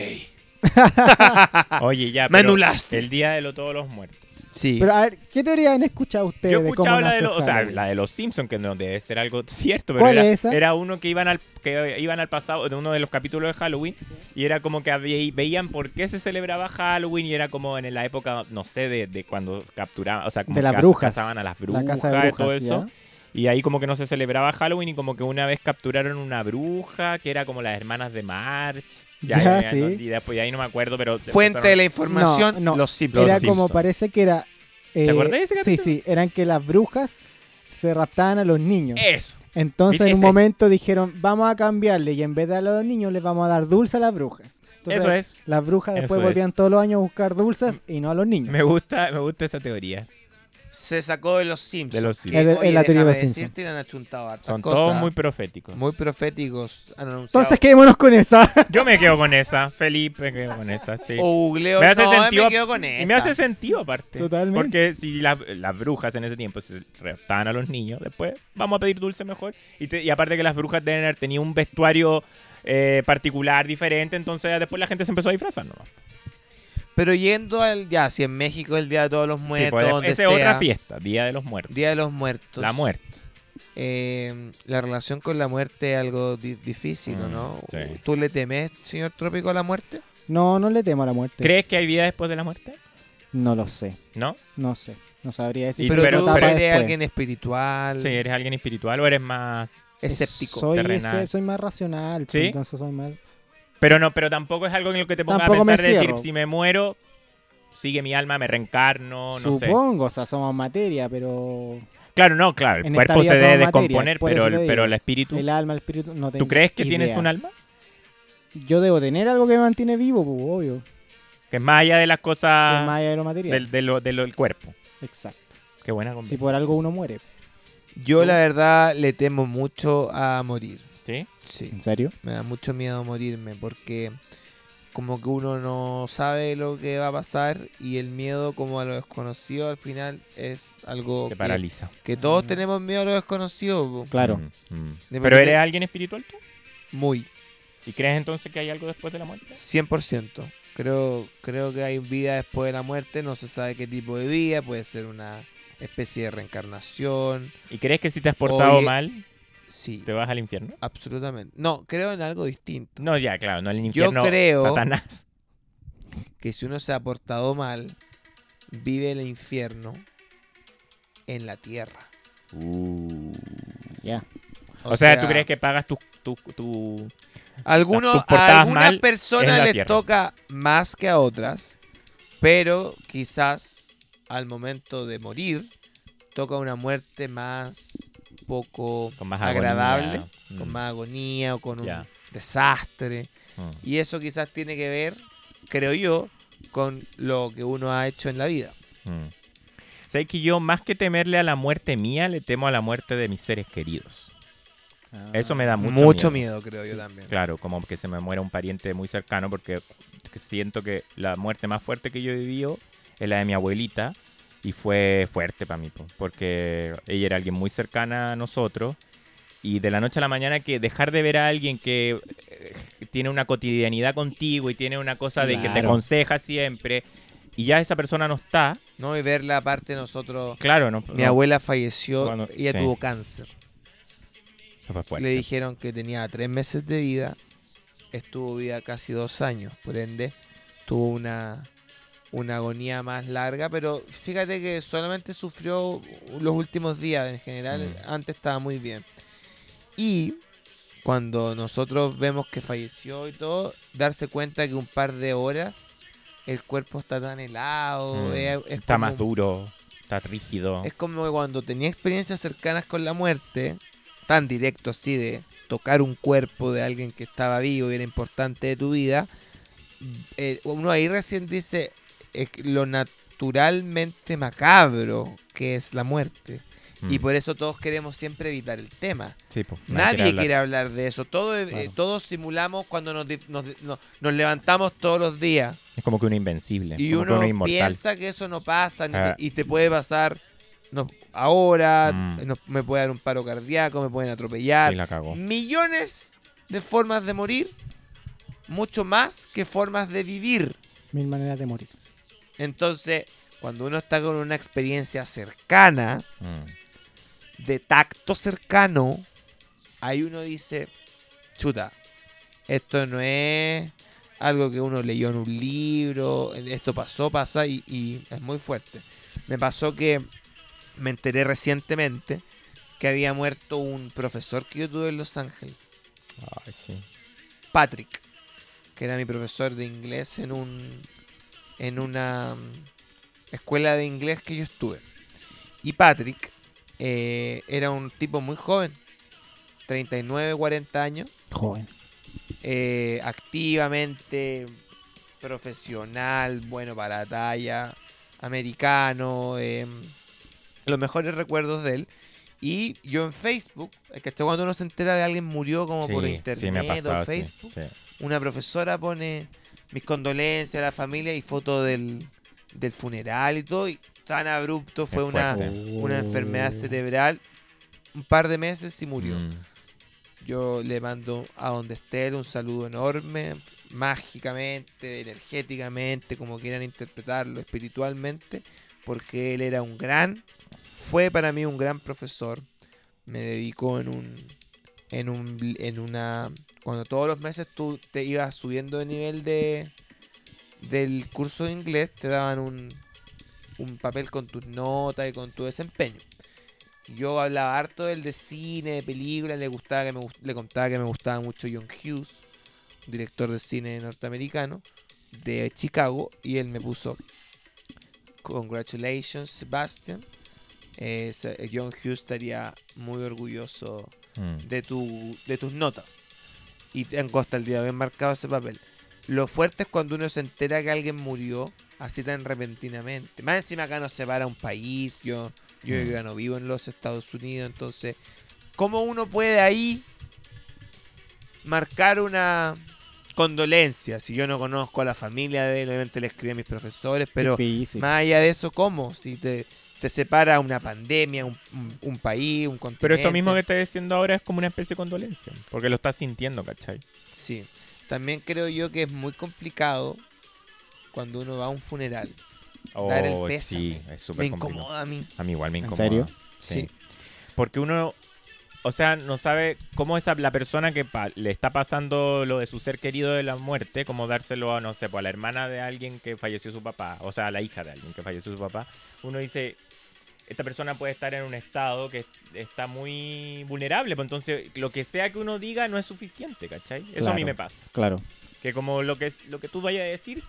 Oye, ya.
Me
pero
anulaste.
El día de lo- todos los muertos.
Sí.
Pero a ver, ¿qué teoría han escuchado ustedes
Yo he
de cómo
escuchado la de
nació
los, o sea,
Halloween?
la de los Simpsons, que no debe ser algo cierto, pero
¿Cuál
era,
es esa?
era uno que iban al que iban al pasado de uno de los capítulos de Halloween y era como que había- veían por qué se celebraba Halloween y era como en la época, no sé, de, de cuando capturaban, o sea, como
De las
que
brujas.
cazaban a las brujas
La casa de
y todo
brujas,
eso.
¿ya?
Y ahí como que no se celebraba Halloween y como que una vez capturaron una bruja que era como las hermanas de March.
Ya, sí.
no- y después de ahí no me acuerdo, pero
Fuente de
empezaron-
la información,
No, no.
los Simpsons.
Era
Los
como,
Simpsons.
parece que era. eh,
¿Te acordás de ese
Sí,
capítulo?
sí, eran que las brujas se raptaban a los niños.
Eso.
Entonces, en un
ese.
momento dijeron, vamos a cambiarle y en vez de darle a los niños, les vamos a dar dulce a las brujas. Entonces,
Eso es.
Las brujas después
Eso es.
volvían todos los años a buscar dulces y no a los niños.
Me gusta, me gusta esa teoría.
Se sacó de los Simpsons.
De los
Que,
Simpsons. Es de- es la
oye,
teoría de los
déjame
Simpsons.
decirte, le han achuntado hartas
Son
cosas.
todos muy proféticos.
muy proféticos. Han anunciado.
Entonces, quedémonos con esa.
Yo me quedo con esa, Felipe, me quedo con esa, sí.
o googleo.
me hace
no,
sentido.
me quedo con
me
Oh, esta.
hace sentido aparte.
Totalmente.
Porque si las, las brujas en ese tiempo se raptaban a los niños, después vamos a pedir dulce mejor. Y, te- y aparte que las brujas deben haber tenido un vestuario eh, particular, diferente, entonces después la gente se empezó a disfrazar nomás.
Pero yendo al. Ya, si en México es el Día de Todos los
Sí,
Muertos,
pues,
donde
esa
sea.
es otra fiesta, Día de los Muertos.
Día de los Muertos.
la muerte.
eh, la relación con la muerte es algo di- difícil, ¿o
Mm,
¿no?
sí.
¿Tú le temes, señor Trópico, a la muerte?
No, no le temo a la muerte.
¿Crees que hay vida después de la muerte?
No lo sé.
¿no?
No sé. No sabría decir.
Y-
pero,
pero-
tú
pero-
eres
después.
alguien espiritual,
Si eres alguien espiritual o eres más
escéptico.
Soy,
terrenal.
ese- soy más racional. pues,
¿Sí?
Entonces soy más.
Pero no, pero tampoco es algo en lo que te ponga
Tampoco
a
me
pensar de decir,
cierro.
si me muero, sigue mi alma, me reencarno, no sé.
Supongo, o sea, somos materia, pero
Claro, no, claro, el
En
cuerpo
esta vida
se debe
somos materia,
descomponer,
por
pero,
eso te
el- pero
digo.
el espíritu...
el alma, el espíritu, no tengo
¿Tú crees que tienes
idea.
un alma?
Yo debo tener algo que me mantiene vivo, pues, obvio. que
Que es más allá de las
es más
cosas
allá de lo material.
Ah, del, de lo- de lo- del cuerpo.
Exacto.
Qué buena
Si
conversación.
por algo uno muere.
Yo, la verdad, le temo mucho a morir.
Sí,
Sí.
¿En serio?
Mm.
Me da mucho miedo morirme porque como que uno no sabe lo que va a pasar y el miedo como a lo desconocido al final es algo
te
que,
paraliza.
que todos tenemos miedo a lo desconocido. po.
Claro.
Mm,
De
mm. Pero
repente-
eres alguien espiritual tú.
Muy,
¿Y crees entonces que hay algo después de la muerte?
100%. Creo, creo que hay vida después de la muerte, no se sabe qué tipo de vida, puede ser una especie de reencarnación.
¿Y crees que si te has portado
Oye.
mal,
Sí,
te vas al infierno?
absolutamente. No, creo en algo distinto.
No, ya, claro, no al infierno.
creo-
Satanás.
que si uno se ha portado mal, vive el infierno en la tierra.
Ya.
O, sea, ¿tú crees que pagas tus tus- tu,
algunos,
tus
a
portadas
algunas
mal es
personas
la
les
tierra?
toca más que a otras, pero quizás al momento de morir toca una muerte más poco
Con más agonía.
agradable, con
Mm.
más agonía o con
Ya.
un desastre.
Mm.
Y eso quizás tiene que ver, creo yo, con lo que uno ha hecho en la vida.
Mm. Sabes que yo, más que temerle a la muerte mía, le temo a la muerte de mis seres queridos. Eso me da Ah, mucho,
Mucho, miedo. creo yo también.
Claro, como que se me muera un pariente muy cercano, porque siento que la muerte más fuerte que yo he vivido es la de mi abuelita. Y fue fuerte para mí, po, porque ella era alguien muy cercana a nosotros. Y de la noche a la mañana que dejar de ver a alguien que eh, tiene una cotidianidad contigo y tiene una cosa de que te
claro.
aconseja siempre y ya esa persona no está,
No, y ver la parte de nosotros.
claro, no,
Mi
no-
abuela falleció,
Cuando-
ella
sí.
tuvo cáncer.
Eso fue fuerte.
Le dijeron que tenía tres meses de vida, estuvo viva casi dos años, por ende, tuvo una, una agonía más larga, pero fíjate que solamente sufrió los últimos días, en general,
Mm.
antes estaba muy bien. Y cuando nosotros vemos que falleció y todo, darse cuenta que un par de horas el cuerpo está tan helado.
Mm.
"Oh, eh, es- es
está
como-
más duro, está rígido.
Es como que cuando tenía experiencias cercanas con la muerte, tan directo así de tocar un cuerpo de alguien que estaba vivo y era importante de tu vida, eh, uno ahí recién dice eh, lo naturalmente macabro que es la muerte.
Mm.
Y por eso todos queremos siempre evitar el tema.
Sí, pues, po,
Nadie quiere hablar,
hablar.
de eso. Todo, eh,
Claro.
Todos simulamos cuando nos, di- nos, nos- nos levantamos todos los días
Es como que uno invencible,
y
como que
uno
uno inmortal.
piensa que eso no pasa ni te-
Ah.
y te puede pasar no, ahora,
Mm.
no- me puede dar un paro cardíaco, me pueden
Y
atropellar.
la cagó.
Millones de formas de morir, mucho más que formas de vivir.
Mil maneras de morir.
Entonces, cuando uno está con una experiencia cercana,
Mm.
de tacto cercano, ahí uno dice, chuta, esto no es algo que uno leyó en un libro, esto pasó, pasa y, y es muy fuerte. Me pasó que me enteré recientemente que había muerto un profesor que yo tuve en Los Ángeles,
Ay, sí.
Patrick, que era mi profesor de inglés en un en una mm, escuela de inglés que yo estuve. Y Patrick eh, era un tipo muy joven, 39, 40 años,
Joven.
eh, activamente profesional, bueno para la talla, americano, eh, los mejores recuerdos de él. Y yo en Facebook, que cuando uno se entera de alguien murió como por
Sí,
internet
sí, me ha pasado,
o
sí,
Facebook,
sí.
una profesora pone mis condolencias a la familia y foto del, del funeral y todo. Y tan abrupto fue
Es
una,
fuerte.
una enfermedad cerebral. Un par de meses y murió.
Mm.
Yo le mando a donde esté él un saludo enorme, mágicamente, energéticamente, como quieran interpretarlo, espiritualmente, porque él era un gran, fue para mí un gran profesor. Me dedicó en un, en un, bl- en una, cuando todos los meses tú te ibas subiendo de nivel de, del curso de inglés, te daban un, un papel con tus notas y con tu desempeño. Yo hablaba harto del de cine, de películas, le gustaba que me gust- le contaba que me gustaba mucho John Hughes, un director de cine norteamericano de Chicago, y él me puso Congratulations, Sebastian. Eh, se- eh, John Hughes estaría muy orgulloso
Mm.
de, tu, de tus notas. Y tengo hasta el día de hoy marcado ese papel. Lo fuerte es cuando uno se entera que alguien murió así tan repentinamente. Más encima acá nos separa un país. Yo, yo
Mm.
ya no vivo en los Estados Unidos. Entonces, ¿cómo uno puede ahí marcar una condolencia? Si yo no conozco a la familia de él, obviamente le escribí a mis profesores, pero
Difícil.
más allá de eso, ¿cómo? Si te, te separa una pandemia, un, un- un país, un continente.
Pero esto mismo que estás diciendo ahora es como una especie de condolencia, porque lo estás sintiendo, ¿cachai?
Sí. También creo yo que es muy complicado cuando uno va a un funeral. Dar el
Oh, sí,
pésame.
es
me
súper complicado.
incomoda a mí.
A mí igual me
¿En
incomoda.
serio?
Sí.
Porque uno, o sea, no sabe cómo es a la persona que pa- le está pasando lo de su ser querido de la muerte, como dárselo a, no sé, pues, a la hermana de alguien que falleció su papá, o sea, a la hija de alguien que falleció su papá. Uno dice, esta persona puede estar en un estado que es- está muy vulnerable, pues entonces lo que sea que uno diga no es suficiente, ¿cachai? Eso a mí
Claro.
me pasa.
Claro.
Que como lo que, lo que tú vayas a decir,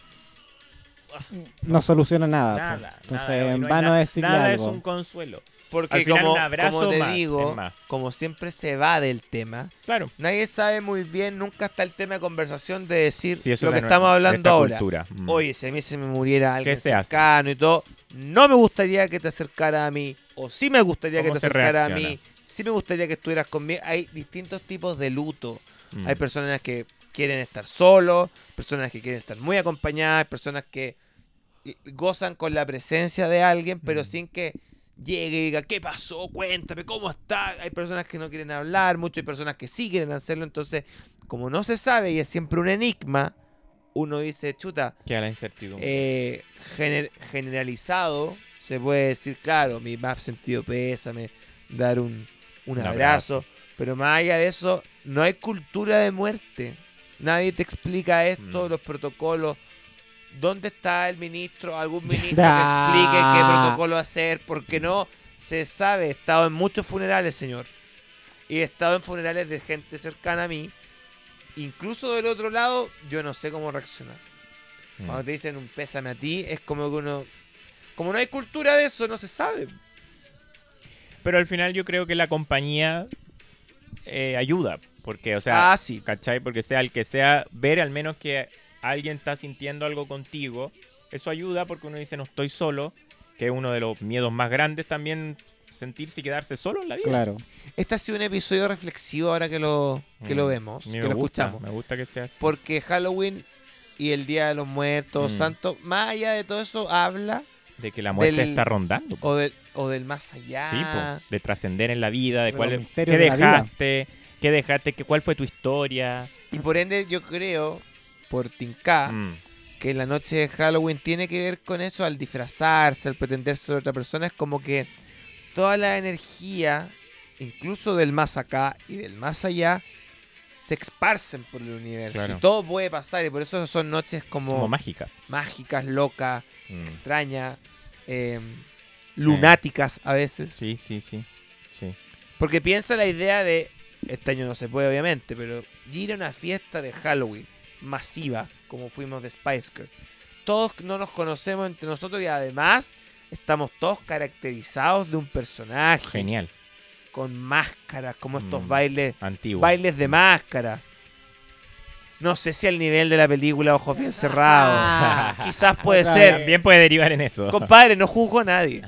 No soluciona nada.
nada.
pues.
nada,
Entonces,
y no
en
hay
vano
na-
decirle
Nada
algo.
es un consuelo. Al
Porque
final
como,
un abrazo
como te
más,
digo,
es más.
como siempre se va del tema,
Claro.
nadie sabe muy bien, nunca está el tema de conversación de decir
Sí, eso
lo
es
que
la nue-
estamos
de
hablando
esta
ahora.
cultura. Mm.
Oye, si a mí se me muriera alguien
se hace?
cercano y todo, no me gustaría que te acercara a mí, o sí me gustaría que
¿Cómo
te
se
acercara a mí,
reacciona?
sí me gustaría que estuvieras conmigo. Hay distintos tipos de luto.
Mm.
Hay personas que quieren estar solos, personas que quieren estar muy acompañadas, personas que eh, gozan con la presencia de alguien, pero sin que llegue y diga, ¿qué pasó? Cuéntame, ¿cómo está? Hay personas que no quieren hablar mucho, hay personas que sí quieren hacerlo, entonces, como no se sabe y es siempre un enigma, uno dice, chuta,
Queda la incertidumbre.
eh, gener- generalizado, se puede decir, claro, mi más sentido pésame, dar un, un
Un
abrazo, pero más allá de eso, no hay cultura de muerte. Nadie te explica esto,
Mm.
los protocolos. ¿Dónde está el ministro? ¿Algún ministro
Ya.
que explique qué protocolo hacer? Porque no se sabe. He estado en muchos funerales, señor. Y he estado en funerales de gente cercana a mí. Incluso del otro lado, yo no sé cómo reaccionar.
Mm.
Cuando te dicen un pésame a ti, es como que uno. Como no hay cultura de eso, no se sabe.
Pero al final yo creo que la compañía eh, ayuda. Porque, o sea,
ah, sí.
¿cachai? Porque sea el que sea, ver al menos que alguien está sintiendo algo contigo, eso ayuda porque uno dice no estoy solo, que es uno de los miedos más grandes también, sentirse y quedarse solo en la vida.
Claro.
Este ha sido un episodio reflexivo ahora que lo, que
Mm.
lo vemos,
A mí
que
me
lo
gusta,
escuchamos.
Me gusta que sea así.
Porque Halloween y el Día de los Muertos,
Mm.
Santo, más allá de todo eso, habla
de que la muerte
del- Ah.
está rondando. po.
o del, o del más allá.
Sí, po, de trascender en la vida, de
De
cuál es-
los
qué
misterios de la vida.
dejaste, qué dejaste, que, cuál fue tu historia.
Y por ende, yo creo, por Tinká,
Mm,
que la noche de Halloween tiene que ver con eso, al disfrazarse, al pretenderse de otra persona, es como que toda la energía, incluso del más acá y del más allá, se esparcen por el universo.
Claro.
Y todo puede pasar, y por eso son noches como,
como mágica.
mágicas, locas,
Mm,
extrañas, eh, lunáticas a veces.
Sí, sí, sí. sí.
Porque piensa la idea de, este año no se puede obviamente, pero ir a una fiesta de Halloween masiva, como fuimos de Spice Girl. Todos no nos conocemos entre nosotros y además estamos todos caracterizados de un personaje.
Genial,
Con máscaras, como estos
Mm.
bailes,
antiguo.
bailes de máscara. No sé si al nivel de la película Ojos Bien Cerrados. Quizás puede
Otra
ser.
También puede derivar en eso.
Compadre, no juzgo a nadie.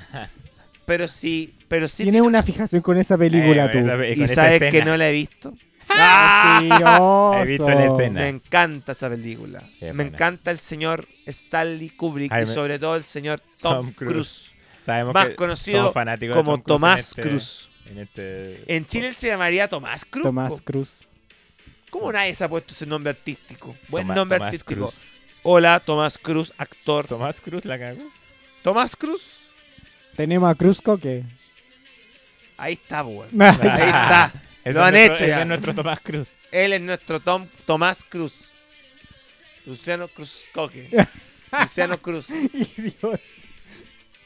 Pero sí, pero sí.
Tienes una fijación con esa película
Eh,
tú.
esa- con
¿Y
esa
sabes que
escena.
no la he visto? ¡Ah!
Mentiroso.
He visto la escena.
Me encanta esa película.
Qué
me
buena.
encanta el señor Stanley Kubrick
Ay,
y
me-
sobre todo el señor Tom,
Tom Cruise.
Cruise,
Sabemos
más
que
conocido
somos fanáticos de
como
Tom Cruise en
Tomás
este-
Cruise.
En, este-
En Chile él se llamaría Tomás Cruz.
Tomás Cruz.
¿Cómo nadie se ha puesto ese nombre artístico? Buen
Toma-
nombre
Tomás
artístico.
Cruz.
Hola, Tomás Cruz, actor.
Tomás Cruz la cagó.
Tomás Cruz.
Tenemos a Cruz Coque.
Ahí está, weón.
Ahí
Ahí está.
Ese
Lo
es
han
nuestro-
hecho
ese
ya.
es nuestro Tomás Cruz.
Él es nuestro Tom, Tomás Cruz. Luciano Cruz Coque. Luciano Cruz.
Idiota.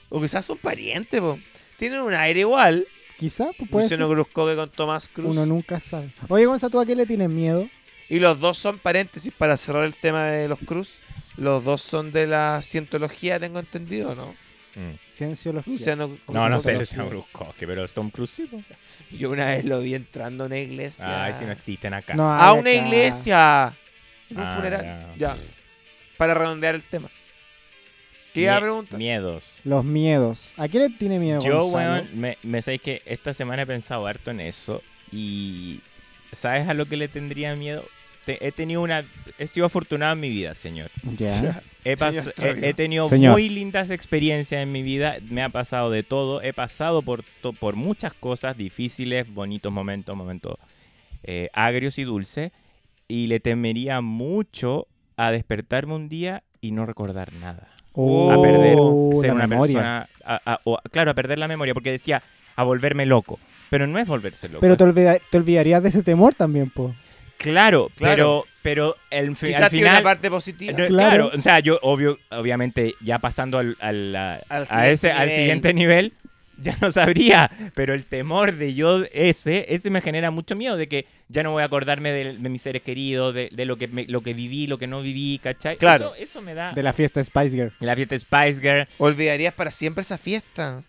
O quizás son parientes, po. Tienen un aire igual.
Quizá pues, puede
Luciano
ser.
Cruz Coque con Tomás Cruz.
Uno nunca sabe. Oye, Gonzalo, ¿tú a qué le tienes miedo?
Y los dos son paréntesis para cerrar el tema de los Cruz. Los dos son de la cientología, tengo entendido, ¿no?
Mm.
Cienciología.
Luciano Cruz
No, no sé,
Coque.
Luciano Cruz Coque, pero es Tom Cruise sí, po.
Yo una vez lo vi entrando a una iglesia.
Ay, si no existen acá.
No,
a
habla
una
acá.
iglesia. En un
Ah,
funeral. Ya. Para redondear el tema. ¿Qué iba
Mie-
a preguntar?
Miedos.
Los miedos. ¿A qué le tiene miedo
Yo,
Gonzalo?
weón, me, me sabéis que esta semana he pensado harto en eso y ¿sabes a lo que le tendría miedo? Te- he tenido una... He sido afortunado en mi vida, señor.
Ya.
He, pas-
Señor
he- he,
Troilo.
tenido
Señor.
muy lindas experiencias en mi vida, me ha pasado de todo, he pasado por, to- por muchas cosas difíciles, bonitos momentos, momentos eh, agrios y dulces, y le temería mucho a despertarme un día y no recordar nada.
Oh,
a perder ser
la
una
memoria.
persona, a- a- o- claro, a perder la memoria, porque decía a volverme loco, pero no es volverse loco.
Pero
es-
te, olvida- te olvidarías de ese temor también, po.
claro,
Claro.
pero, pero el, fi-
Quizás
al
tiene una
final...
parte positiva.
No,
Claro.
claro. o sea, yo obvio, obviamente ya pasando al, al- a-
Al
a ese,
siguiente
al
nivel.
siguiente nivel, ya no sabría, pero el temor de yo ese, ese me genera mucho miedo de que ya no voy a acordarme del- de, mis seres queridos, de, de lo que me- lo que viví, lo que no viví, ¿cachai?
Claro.
Eso, eso me da...
De la fiesta Spice Girl.
La fiesta Spice Girl.
Olvidarías para siempre esa fiesta.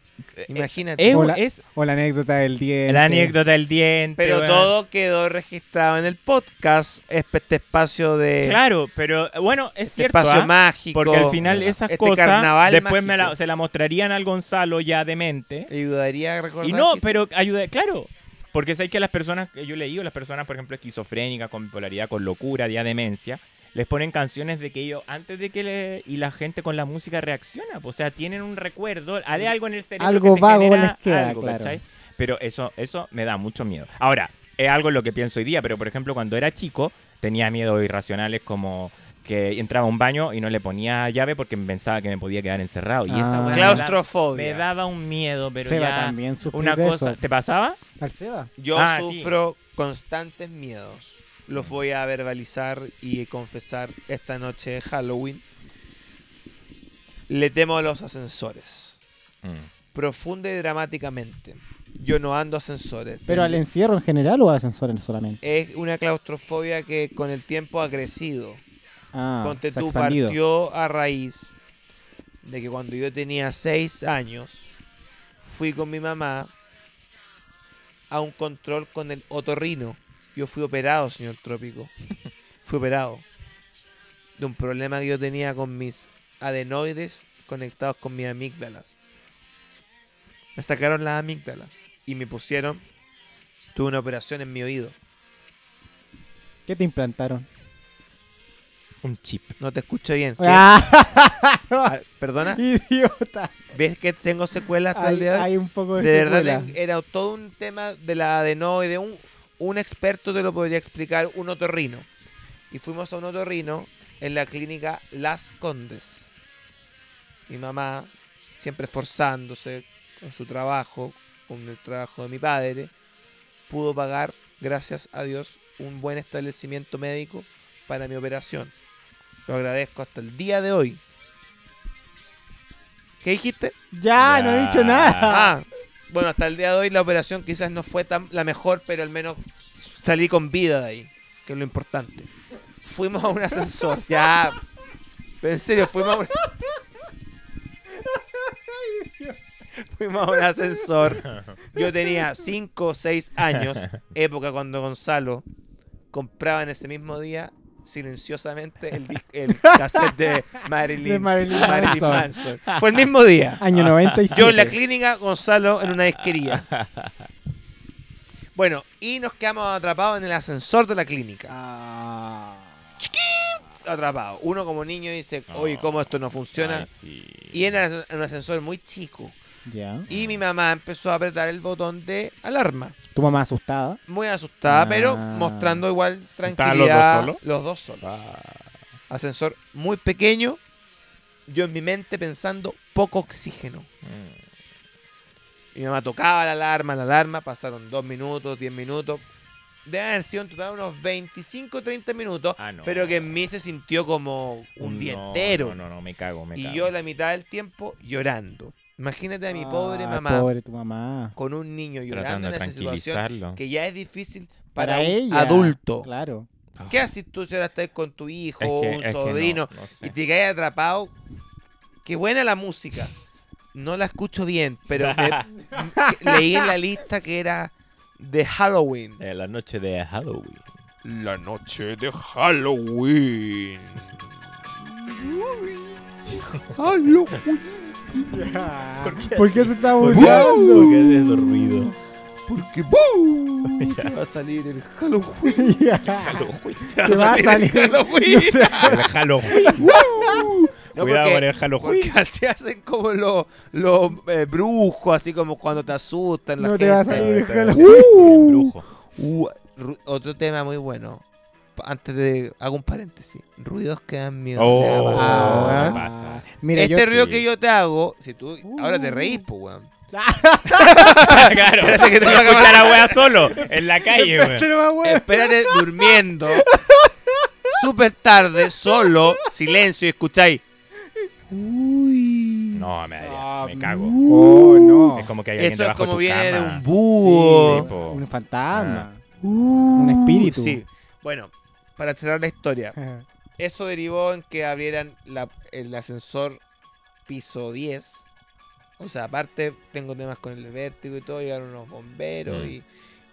Imagínate.
Eh, Es,
Hola.
es
O la anécdota del 10.
la anécdota del diente.
pero
weón.
todo quedó registrado en el podcast, espe- este espacio de
Claro, pero eh, bueno, es
este
cierto.
espacio
¿ah?
mágico.
Porque al final esas
Este
cosas
carnaval
después me
mágico.
la- se la mostrarían al Gonzalo ya demente.
ayudaría a recordar.
Y no,
quizás.
pero ayuda, claro. Porque sé que las personas, que yo he leído, las personas, por ejemplo, esquizofrénicas, con bipolaridad, con locura, ya demencia, les ponen canciones de que ellos, antes de que le. Y la gente con la música reacciona. pues, O sea, tienen un recuerdo, hay algo en el cerebro.
Mm, Algo
que te
vago
genera
les queda,
algo,
claro.
¿cachai? Pero eso, eso me da mucho miedo. Ahora, es algo en lo que pienso hoy día, pero por ejemplo, cuando era chico, tenía miedos irracionales como que entraba a un baño y no le ponía llave porque pensaba que me podía quedar encerrado. Y esa
Ah.
weá me da-
claustrofobia.
me daba un miedo, pero
Seba
ya
también sufrió
una
de
cosa,
eso.
¿te pasaba?
Al Seba.
Yo
Ah, sí.
sufro constantes miedos. Los voy a verbalizar y confesar esta noche de Halloween. Le temo a los ascensores.
Mm.
Profunda y dramáticamente. Yo no ando ascensores.
¿Pero al encierro en general o a ascensores solamente?
es una claustrofobia que con el tiempo ha crecido.
Ah,
Ponte
se ha
tú
expandido.
partió a raíz de que cuando yo tenía seis años, fui con mi mamá a un control con el otorrino. Yo fui operado, señor Trópico. Fui operado de un problema que yo tenía con mis adenoides conectados con mis amígdalas. Me sacaron las amígdalas y me pusieron. Tuve una operación en mi oído.
¿Qué te implantaron?
Un chip.
No te escucho bien. ¿Qué? Ah,
¡Ah!
Perdona.
¡Idiota!
¿Ves que tengo secuelas hasta el
Hay,
día de hoy?
hay un poco de,
De verdad,
secuela.
era- era todo un tema de la adenoide. Un, un experto te lo podría explicar, un otorrino. Y fuimos a un otorrino en la clínica Las Condes. Mi mamá, siempre esforzándose con su trabajo, con el trabajo de mi padre, pudo pagar, gracias a Dios, un buen establecimiento médico para mi operación. Lo agradezco hasta el día de hoy. ¿Qué dijiste?
Ya, no he dicho
Ya.
nada.
Ah, bueno, hasta el día de hoy la operación quizás no fue tan la mejor, pero al menos salí con vida de ahí, que es lo importante. Fuimos a un ascensor, ya. Pero en serio, fuimos a un, fuimos a un ascensor. Yo tenía 5 o 6 años, época cuando Gonzalo compraba en ese mismo día silenciosamente el, dis- el cassette de Marilyn,
De Marilyn Manson.
Manson. Fue el mismo día.
Año 97.
Yo en la clínica, Gonzalo en una disquería. Bueno, y nos quedamos atrapados en el ascensor de la clínica.
Ah.
Atrapados. Uno como niño dice, oye, ¿cómo esto no funciona?
Ay, Oh, sí.
Y era un- un ascensor muy chico.
Ya.
Y mi
Ah.
mamá empezó a apretar el botón de alarma.
Tu mamá asustada.
Muy asustada,
Ah.
pero mostrando igual
¿Estaban los dos
tranquilidad.
solos? Ah.
Los dos solos. Ascensor muy pequeño. Yo en mi mente pensando, poco oxígeno.
Mm.
Mi mamá tocaba la alarma, la alarma, pasaron dos minutos, 10 minutos. Deben haber sido en total unos 25, 30 minutos,
Ah, no.
pero que en mí se sintió como un día
No,
entero.
No, no, no, me cago, me
y
cago.
yo la mitad del tiempo llorando. Imagínate a mi pobre
Ah,
mamá
Pobre tu mamá.
con un niño llorando
tratando
en
de
esa situación
tranquilizarlo.
que ya es difícil para,
Para
un
ella.
adulto.
Claro.
¿Qué haces tú si ahora estás con tu hijo,
Es que- es que
un
no,
sobrino,
no sé.
y te quedas atrapado? Qué buena la música. No la escucho bien, pero me- leí en la lista que era de Halloween.
Eh, la noche de Halloween.
La noche de Halloween.
¿Por qué, se está burlando?
Porque hace esos ruidos.
Porque
Va a salir el Halloween.
Ya. Te va a salir.
El Halloween.
No,
Cuidado
porque-
con el Halloween.
Porque así hacen como los los, eh, brujos, así como cuando te asustan. La
No
gente.
te va a salir el Halloween.
El brujo.
Uh, ru- otro tema muy bueno. Pa- Antes de. Hago un paréntesis. Ruidos que dan miedo. ¿Te ha
Oh,
pasado,
ah,
weón?
me pasa.
Mira,
este
yo-
ruido
sí.
que yo te hago, si tú
Uh.
ahora te reís, pues, weón.
claro.
Espérate que tengo la
Escucha
cámara.
la wea solo, en la calle, weón.
Pero más bueno.
Espérate durmiendo. Súper tarde, solo, silencio y escucháis.
No, me, daría- me cago.
Uh.
Oh, no.
Es como que hay alguien
Eso es
debajo
como
de tu
viene de
cama.
un búho.
Sí, po.
Un fantasma.
un
espíritu.
Uh. Sí. Bueno, para cerrar la historia. Eso derivó en que abrieran la- el ascensor piso 10. O sea, aparte tengo temas con el vértigo y todo, llegaron unos bomberos
Mm.
y,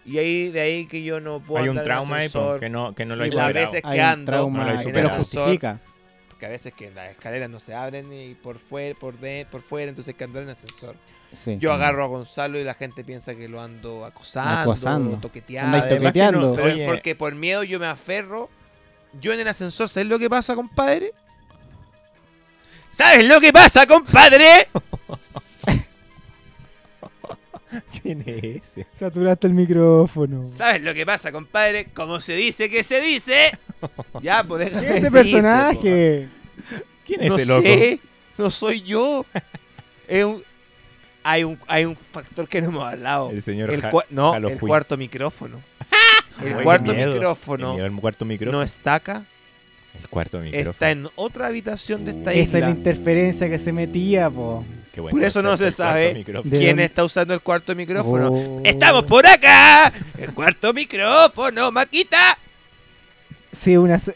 y ahí de ahí que yo no puedo
Hay un
andar en
trauma ahí po,
ascensor,
que no, que no lo
Sí,
hay
la
superado.
veces-
Hay
que
un
ando,
no lo he
trauma que te lo
superado.
justifica.
porque a veces que las escaleras no se abren y por fuera, por de, por fuera, entonces hay que andar en ascensor.
Sí.
Yo agarro a Gonzalo y la gente piensa que lo ando acosando,
Acosando.
toqueteando.
Andáis
Además que no-
toqueteando.
Pero
Oye.
es porque por miedo yo me aferro. Yo en el ascensor, ¿sabes lo que pasa, compadre? ¿Sabes lo que pasa, compadre?
¿Quién es ese?
Saturaste el micrófono.
¿Sabes lo que pasa, compadre? Como se dice que se dice. Ya, pues déjame
Ese
decirte,
Este personaje.
¿Quién
po.
es
No
ese loco?
sé, no soy yo. Es un- hay, un, hay un factor que no hemos hablado.
El señor
El
Ja-
cua- no, el
Halloween.
cuarto micrófono.
Ay,
El
qué
cuarto
miedo.
micrófono
El miedo al cuarto micrófono.
no está acá.
El cuarto micrófono.
Está en otra habitación de esta
Uh.
Esa es la
isla.
interferencia que se metía, po.
Qué buen
por eso no
concepto,
se
el cuarto
sabe
micrófono.
¿De
¿Quién
dónde?
está usando el cuarto micrófono?
Oh.
¡Estamos por acá! ¡El cuarto micrófono, Maquita!
Sí, una. se-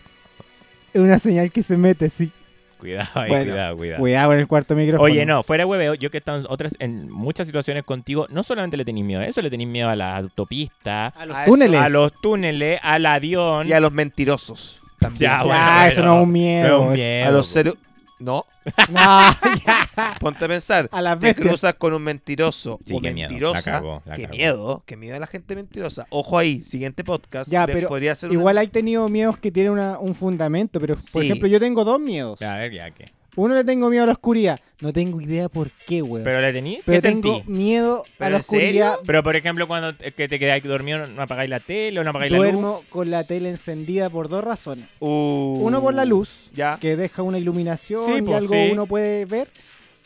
Es una señal que se mete, sí.
Cuidado ahí,
Bueno,
cuidado, cuidado.
Cuidado con el cuarto micrófono.
Oye, no, fuera hueveo, yo que he estado en, otras, en muchas situaciones contigo, no solamente le tenéis miedo a eso, le tenéis miedo a la autopista,
A los
A eso-
túneles.
a los túneles, al avión.
Pues. Y a los mentirosos. También.
Ya,
Ya,
Ah, bueno,
eso
bueno,
no es un miedo.
no es un
es-
miedo. pues.
a los seres. No,
No, ya.
ponte a pensar.
A las
te
bestias.
cruzas con un mentiroso
Sí,
o
qué miedo, la
mentirosa.
cagó, la
qué
cagó.
miedo, qué miedo a la gente mentirosa. Ojo ahí, siguiente podcast.
Ya,
de-
pero
podría ser una-
Igual hay tenido miedos que tienen una- un fundamento, pero por
Sí.
ejemplo, yo tengo dos miedos.
Ya, a ver, ya, ¿qué?
Uno le tengo miedo a la oscuridad. No tengo idea por qué, weón. Pero,
¿Pero le tenéis? ¿Qué
tengo
sentí?
miedo a
¿Pero
la
en serio?
oscuridad.
Pero, por ejemplo, cuando te, que te quedáis dormido, ¿no- ¿no apagáis la tele o no apagáis la luz?
Duermo con la tele encendida por dos razones.
Uh,
Uno por la luz,
Ya.
que deja una iluminación
Sí,
y
pues,
algo
sí.
uno puede ver.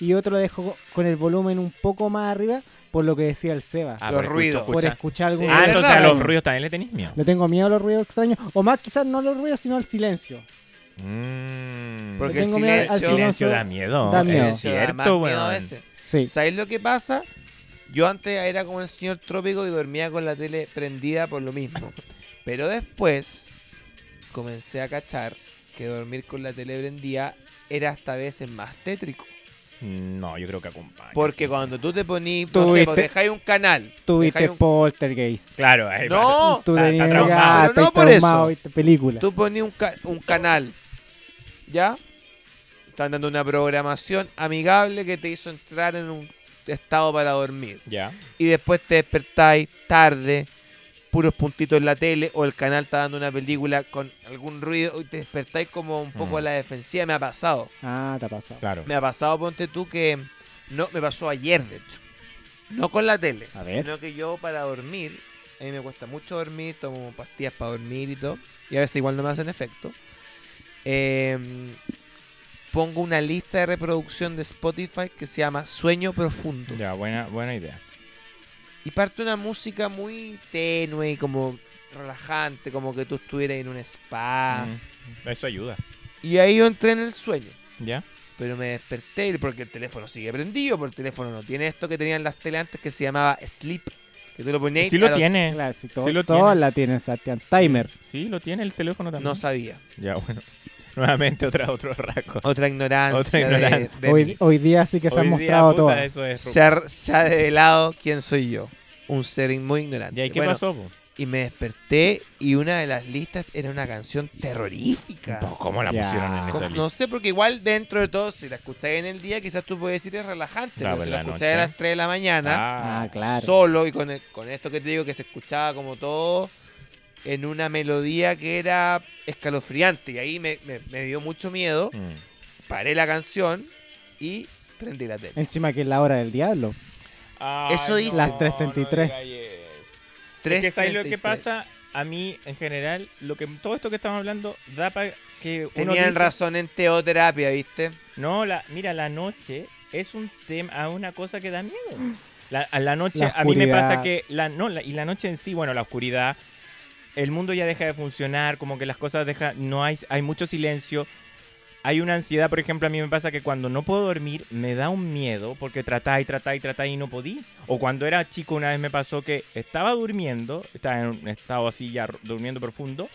Y otro lo dejo con el volumen un poco más arriba, por lo que decía el Seba.
Ah,
Los
por escucho,
ruidos.
escucha.
por escuchar algún
Ah,
Es
entonces
verdad,
a los
bueno.
ruidos también le tenéis miedo.
Le tengo miedo a los ruidos extraños. O más quizás no a los ruidos, sino al silencio.
Mm.
Porque
Le
el
tengo miedo al
el
silencio-
silencio da miedo.
Da
Sí,
miedo.
Es
Silencio da más
cierto,
miedo
weón.
ese.
Sí.
¿Sabes lo que pasa? Yo antes era como el señor trópico y dormía con la tele prendida por lo mismo. Pero después comencé a cachar que dormir con la tele prendida era hasta veces más tétrico.
No, yo creo que acompaña.
Porque cuando tú te ponís, no sé,
Tuviste-
pues, dejáis un canal.
Tuviste
dejáis un-
poltergeist.
Claro, ahí va.
No,
Tú
Está-
tenías
está
gato,
traumado.
Pero no
estás
por eso.
traumado, viste película.
Tú pones un, ca- un canal, ¿ya? Están dando una programación amigable que te hizo entrar en un estado para dormir.
Ya.
Y después te despertáis tarde, puros puntitos en la tele, o el canal está dando una película con algún ruido y te despertáis como un
Mm.
poco a la defensiva. Me ha pasado.
Ah, te ha pasado.
Claro.
Me ha pasado, ponte tú, que no, me pasó ayer, de hecho. No con la tele,
A ver.
sino que yo para dormir, a mí me cuesta mucho dormir, tomo pastillas para dormir y todo, y a veces igual no me hacen efecto. Eh, pongo una lista de reproducción de Spotify que se llama Sueño Profundo.
Ya, buena, buena idea.
Y parte una música muy tenue y como relajante, como que tú estuvieras en un spa.
Mm. Eso ayuda.
Y ahí yo entré en el sueño.
¿Ya?
Pero me desperté y- porque el teléfono sigue prendido, porque el teléfono no tiene esto que tenían las tele antes que se llamaba sleep. Que tú lo ponías
Sí
a
lo
los-
tiene.
Claro, si todo-
Sí lo
todas
tiene.
la tienen, Sebastián. Timer.
Sí, lo tiene el teléfono también.
No sabía.
Ya, bueno. Nuevamente otra, otro rasgo.
Otra ignorancia.
Otra
de-
ignorancia. eh,
de mí.
Hoy, hoy día sí que se
Hoy
han
día,
mostrado
puta,
todas.
eso es
se, ha, se ha develado quién soy yo. Un ser muy ignorante.
¿Y ahí qué
Bueno,
pasó? po?
Y me desperté y una de las listas era una canción terrorífica.
No, ¿Cómo la
Ya.
pusieron en
Como-
esa
Ah. No sé, porque igual dentro de todo, si la escucháis en el día, quizás tú puedes decir es relajante.
Claro,
pero si
en
la
la
escucháis a
noche.
las 3 de la mañana,
Ah,
Ah, claro.
solo y con, el- con esto que te digo que se escuchaba como todo en una melodía que era escalofriante y ahí me, me- me dio mucho miedo,
Mm.
paré la canción y prendí la tele.
Encima que es la hora del diablo.
Ay,
Eso dice.
Las 3:33.
no diga eso.
Tres
Es que ¿sabes lo que
33.
pasa? A mí, en general, lo que todo esto que estamos hablando da para que uno
Tenían
dice-
razón en teoterapia, ¿viste?
No, la, mira, la noche es un tema, a una cosa que da miedo. La, a la noche,
Mm. La
a mí me pasa
oscuridad.
que la, no, la- y la noche en sí, bueno, la oscuridad, el mundo ya deja de funcionar, como que las cosas deja, no hay, hay mucho silencio. Hay una ansiedad, por ejemplo, a mí me pasa que cuando no puedo dormir me da un miedo porque trataba y trataba y trataba y no podía. O cuando era chico una vez me pasó que estaba durmiendo, estaba en un estado así ya ro- durmiendo profundo,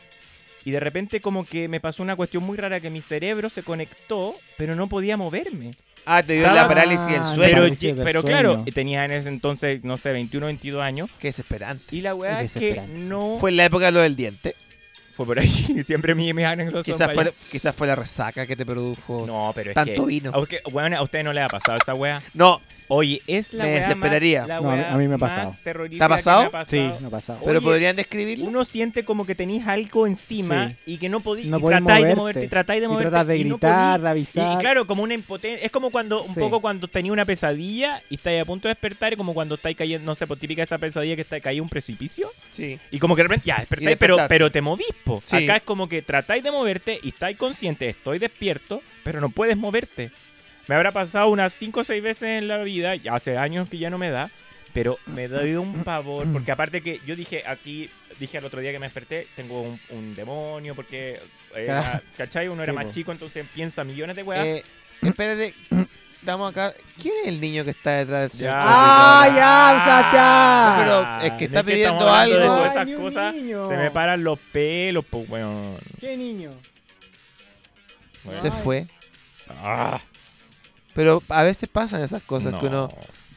y de repente como que me pasó una cuestión muy rara que mi cerebro se conectó, pero no podía moverme.
Ah, te dio
Ah,
la parálisis del
la
sueño.
Pero,
parálisis
ye-
del
pero
sueño.
claro, tenía en ese entonces, no sé, 21, 22 años.
Qué desesperante.
Y la weá es que
Desesperante, sí.
no...
Fue en la época de lo del diente.
fue por ahí. Siempre mi- mis anécdotas son
Quizás
pa'
fue,
allá.
quizás fue la resaca que te produjo. No,
No, pero es
tanto
que...
vino.
A, usted, weón, a usted no le ha pasado esa weá. Oye, es la
Me
weá más-
desesperaría.
la
No, a mí-
weá
a mí me ha
más
pasado.
terrorífica
¿Te ha
que me
pasado?
Sí, no ha pasado.
pero
Oye,
podrían describirlo.
Uno siente como que tenéis algo encima
Sí.
y que no podís
No
y
podís
tratáis de
moverte.
moverte, y tratáis de
Y
moverte.
tratás de
no
gritar,
podís.
de avisar.
Y, y claro, como una impotencia. Es como cuando, un
Sí.
poco cuando tenía una pesadilla y estáis a punto de despertar, y como cuando estáis cayendo, no sé, pues típica esa pesadilla que está caído un precipicio.
Sí.
Y como que de repente, ya, despertáis, pero,
despertaste.
pero te movís, po.
Sí.
Acá es como que tratáis de moverte y estáis consciente, estoy despierto, pero no puedes moverte. Me habrá pasado unas 5 o 6 veces en la vida, ya hace años que ya no me da, pero me doy un pavor, porque aparte que yo dije aquí, dije al otro día que me desperté, tengo un, un demonio, porque, era-
Claro.
¿cachai? Uno era
Sí,
más
po.
chico, entonces piensa millones de weas.
Eh, espérate, estamos acá. ¿Quién es el niño que está detrás del señor?
Ya. Ah,
Trópico?
Ah, ya, Sebastián.
Ah, No, pero es que está
estamos
pidiendo
hablando de
algo.
todas
Ay,
esas
ni un
cosas,
niño. Ah,
se me paran los pelos, pues, weón.
¿Qué niño?
fue.
se fue.
Ah,
Pero a veces pasan esas cosas, que
no.
uno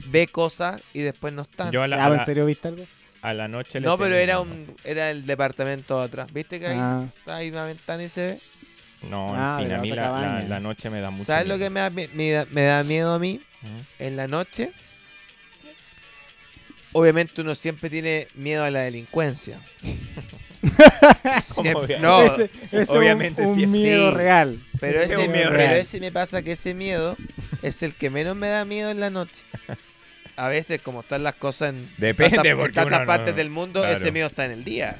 ve cosas y después no están.
Yo a la,
Ah,
a
¿en
la,
serio viste algo?
a la noche le
no, pero
tenía-
era un era el departamento de atrás. ¿Viste que ahí
Ah.
está ahí una ventana y se ve?
No, en
Ah,
fin,
de
a mí
otra
la, la-
cabaña.
la noche me da mucho
¿Sabes lo que
miedo.
me da, mi- me da- me da miedo a mí?
¿Mm?
En la noche. Obviamente uno siempre tiene miedo a la delincuencia.
¿Cómo
Siempre-
obvia-
no,
Ese- ese es un-
Oh, obviamente
un,
sí es-
miedo
sí.
real.
pero
Es
ese,
un miedo
pero
real.
ese me pasa que ese miedo es el que menos me da miedo en la noche. A veces como están las cosas en
Depende,
tantas, en
porque
tantas
uno no-
partes del mundo,
claro.
ese miedo está en el día.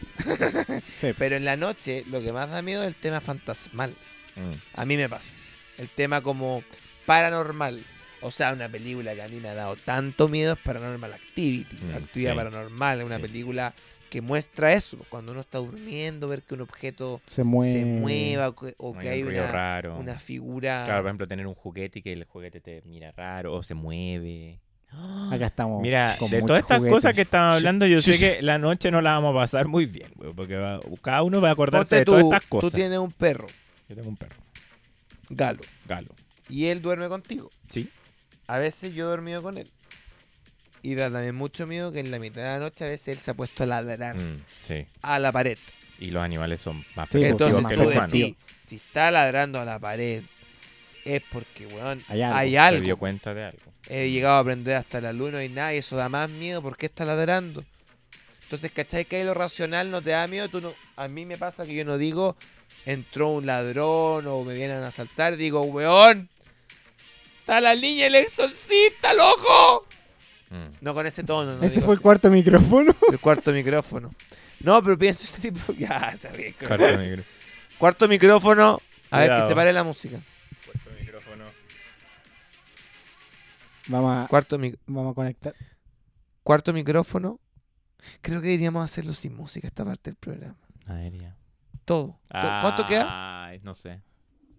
Sí.
Pero en la noche lo que más da miedo es el tema fantasmal.
Mm.
A mí me pasa. El tema como paranormal. O sea, una película que a mí me ha dado tanto miedo es Paranormal Activity.
Mm,
Actividad
sí.
paranormal. Es una
Sí.
película que muestra eso. Cuando uno está durmiendo, ver que un objeto
Se mueve.
se mueva o que, o que hay
un ruido
una,
raro.
una figura.
Claro, por ejemplo, tener un juguete y que el juguete te mira raro o se mueve.
Acá estamos.
Mira,
con
de
Ah, muchos
todas estas
juguetes.
cosas que estamos
Sí,
hablando, yo
sí,
sé
sí.
que la noche no la vamos a pasar muy bien, güey, porque va- cada uno va a acordarse
Ponte
de
tú,
todas estas
tú
cosas.
tienes un perro,
Yo tengo un perro,
Galo,
Galo.
y él duerme contigo.
Sí.
A veces yo he dormido con él. Y da también mucho miedo que en la mitad de la noche a veces él se ha puesto a ladrar
Mm, sí.
a la pared.
Y los animales son más
Sí, pues,
perceptivos
Entonces
más
que
tú
los
perceptivos.
humanos.
decís, si está ladrando a la pared, es porque, weón,
Hay
hay
algo.
algo.
Se dio cuenta de algo.
He llegado a aprender hasta la luna y nada, y eso da más miedo porque está ladrando. Entonces, ¿cachai? Que ahí lo racional no te da miedo. Tú no, a mí me pasa que yo no digo, entró un ladrón o me vienen a asaltar. Digo, weón, está la niña el exorcista, loco.
Mm.
No con ese tono. No
Ese
digo
fue el
así.
cuarto micrófono.
El cuarto micrófono. No, pero pienso ese tipo. Ya, está bien.
Cuarto micro-
Cuarto micrófono. A ver,
Cuidado.
que se pare la música.
cuarto micrófono.
Vamos a,
Cuarto, mic-
vamos a conectar.
cuarto micrófono. Creo que deberíamos hacerlo sin música esta parte del programa.
Aérea.
Todo. ¿Cuánto queda?
Ay, no sé.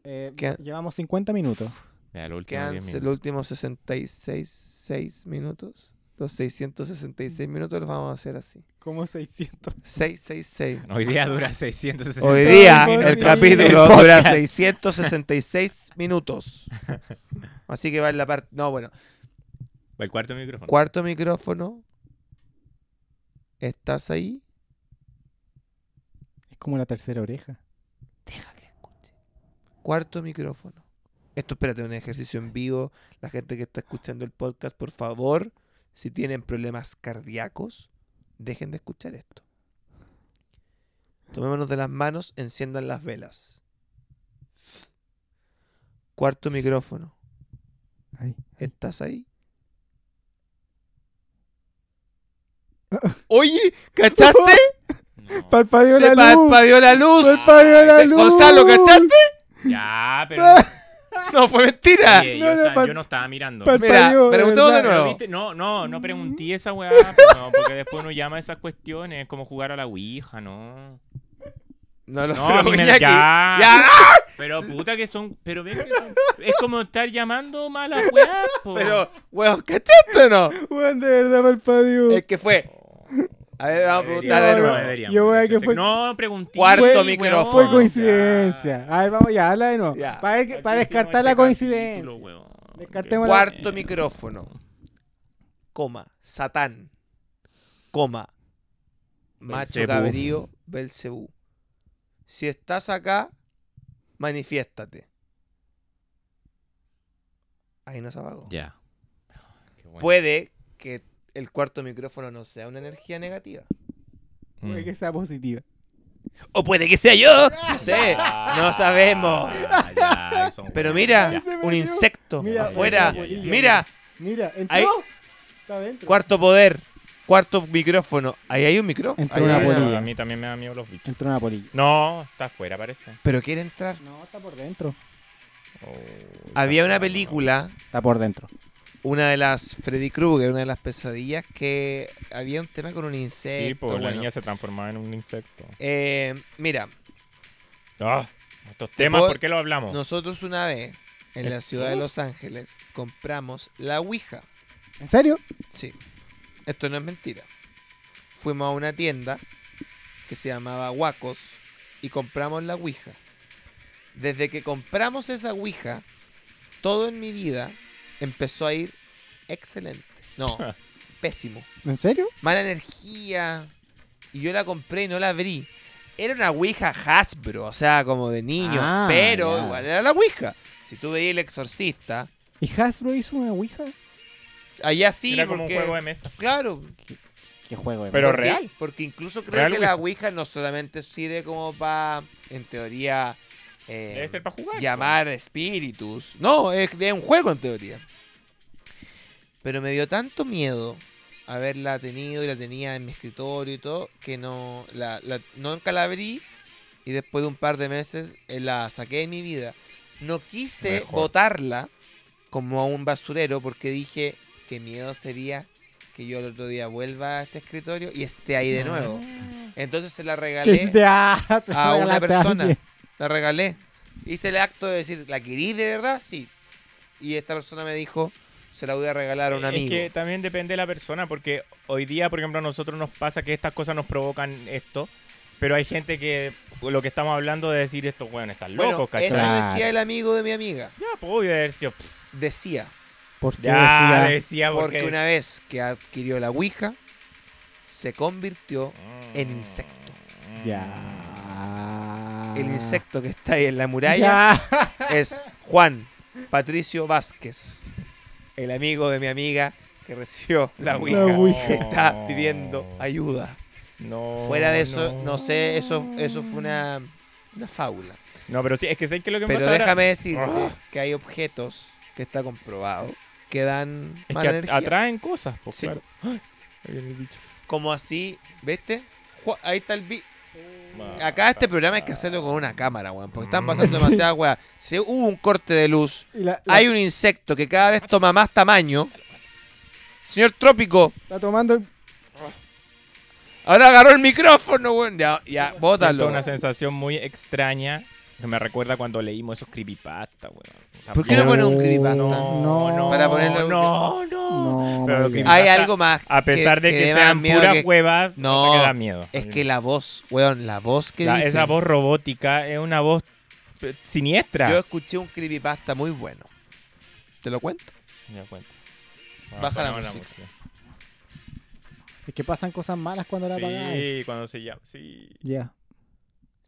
Eh,
¿Qué?
llevamos 50 minutos.
Mira, el último
Quedan
10
los
minutos.
últimos 66 seis minutos. Los 666 minutos los vamos a hacer así.
Como 600.
666.
Hoy día dura 660.
Hoy día
Ay,
el
Dios
capítulo
mío.
dura 666 minutos. Así que va en la parte... No, bueno.
El cuarto micrófono.
Cuarto micrófono. ¿Estás ahí?
Es como la tercera oreja.
Deja que escuche. Cuarto micrófono. Esto, espérate, un ejercicio en vivo. La gente que está escuchando el podcast, por favor, si tienen problemas cardíacos, dejen de escuchar esto. Tomémonos de las manos, enciendan las velas. Cuarto micrófono.
Ay, ay.
¿Estás ahí? Oye, ¿cachaste?
No.
Parpadeó
Se
la luz.
parpadeó la luz.
Parpadeó la
Eh,
Ay,
luz.
Gonzalo, ¿cachaste?
Ya, pero.
No fue mentira.
Oye, yo,
No, no,
estaba-
par-
yo no estaba mirando.
par-
Mira,
Parpadeó, de
preguntemos de
verdad.
Pero,
nuevo.
¿viste? No, no, no pregunté esa weá, pues, no, porque después uno llama a esas cuestiones, es como jugar a la Ouija, ¿no?
No lo
No, a mí me-
Iñaki.
ya.
Ya. ah,
Pero puta que son, pero ven que son- es como estar llamando malas weá, po.
Pero, weón, ¿cachaste o no?
Weón, de verdad parpadeó.
Eh,
El que fue. A ver, vamos a preguntar Eh, de
No,
nuevo.
no, Yo voy a que fue-
No, pregunté.
Cuarto
weón.
micrófono.
Fue
No,
coincidencia. A ver, vamos ya, habla de nuevo.
Ya.
Para, ver que-
Ya.
para
Aquí hicimos
descartar
este
la coincidencia.
capítulo, weón.
Descartemos la-
Cuarto micrófono. Coma. Satán. Coma. Macho
Belcebú.
cabrío. Belcebú. Si estás acá, manifiéstate. Ahí nos apagó.
Ya. Qué bueno.
Puede que el cuarto micrófono no sea una energía negativa.
Mm.
Puede que sea positiva.
O puede que sea yo. No sé. No sabemos.
Ah, ya, son
Pero
weas.
mira,
se metió.
un insecto
Mira,
afuera.
ya, ya, ya.
Mira,
Mira, entró.
Ahí-
Está dentro.
cuarto poder, cuarto micrófono. Ahí hay un micrófono.
Entró una
Ay,
polilla.
no, A mí también me da miedo los bichos.
Entró una polilla.
No, está afuera, parece.
Pero quiere entrar.
No, está por dentro.
Oh,
Había una
está afuera, no.
película,
Está por dentro.
una de las Freddy Krueger, una de las pesadillas, que había un tema con un
Sí,
insecto.
pues la
bueno.
niña se transformaba en un insecto.
Eh, mira,
Ah, estos temas,
puedo-
¿por qué lo hablamos?
nosotros una vez
¿Eh?
en la ciudad de Los Ángeles compramos la Ouija.
¿En serio?
Sí. Esto no es mentira. Fuimos a una tienda que se llamaba Huacos y compramos la Ouija. Desde que compramos esa Ouija, todo en mi vida empezó a ir excelente. No, pésimo.
¿En serio?
Mala energía. Y yo la compré y no la abrí. Era una Ouija Hasbro, o sea, como de niño.
Ah,
pero
ya.
igual era la Ouija. Si tú veías el exorcista,
¿Y Hasbro hizo una Ouija?
allá sí,
Era como
porque...
un juego de mesa.
Claro,
¿Qué juego? de
Pero
mierda.
porque-
real.
Porque incluso creo
Real
que la Ouija no solamente sirve como para, en teoría, eh,
Debe ser para jugar.
llamar espíritus. No, es, es un juego en teoría. Pero me dio tanto miedo haberla tenido y la tenía en mi escritorio y todo, que no la, la- nunca la abrí y después de un par de meses eh, la saqué de mi vida. No quise
Mejor.
botarla como a un basurero porque dije que miedo sería que yo el otro día vuelva a este escritorio y esté ahí de nuevo. Entonces se la regalé
¿Qué te hace?
a una
La
persona.
calle.
La regalé. Hice el acto de decir, ¿la querí de verdad? Sí. Y esta persona me dijo, se la voy a regalar a un amigo.
Eh, Es que también depende de la persona, porque hoy día, por ejemplo, a nosotros nos pasa que estas cosas nos provocan esto, pero hay gente que lo que estamos hablando de decir estos bueno, están
Bueno,
locos,
eso
¿cachai?
Claro.
decía el amigo de mi amiga.
Ya, pues obvio, haber sido, pff,
Decía,
¿Por qué
Ya,
decía?
decía porque...
porque una vez que adquirió la Ouija, se convirtió
Mm, Ah.
en insecto.
Ya.
El insecto que está ahí en la muralla
Ya.
es Juan Patricio Vázquez, el amigo de mi amiga que recibió la Ouija.
Ouija.
que Está pidiendo ayuda.
No,
Fuera de eso, no,
Oh, no.
sé, eso, eso fue una, una fábula.
No, pero sí, es que sé que lo que me
Pero
pasa ahora-
déjame decirte
Ah.
que hay objetos que está comprobado que dan
es que
mala
at-
energía.
atraen cosas, pues
Sí.
claro. Ay, ahí viene el bicho.
Como así, ¿viste? Ju- Ahí está el vi-
Ma- Mm.
Acá este programa hay que hacerlo con una cámara, weón, porque están pasando demasiada weá. Si hubo un corte de luz,
Y la- la-
hay un insecto que cada vez toma más tamaño. Señor Trópico,
Está tomando el...
ahora agarró el micrófono, weón. Ya, ya,
Siento
bótalo.
una sensación muy extraña que me recuerda cuando leímos esos creepypasta, weón.
¿Por qué no pone un creepypasta?
No, no,
Para ponerle un-
no, no, Pero lo
No, Mario.
creepypasta,
Hay algo más.
A pesar de que,
dé más
sean
miedo
puras
que-
huevas, no
No,
te da miedo.
Es que la voz, weón, la voz que
La-
dice.
esa voz robótica es una voz eh, siniestra.
Yo escuché un creepypasta muy bueno. ¿Te lo cuento?
Ya cuento.
Baja la
ponemos
música.
Es que pasan cosas malas cuando la apagáis.
Sí, cuando se llama. Sí.
Ya.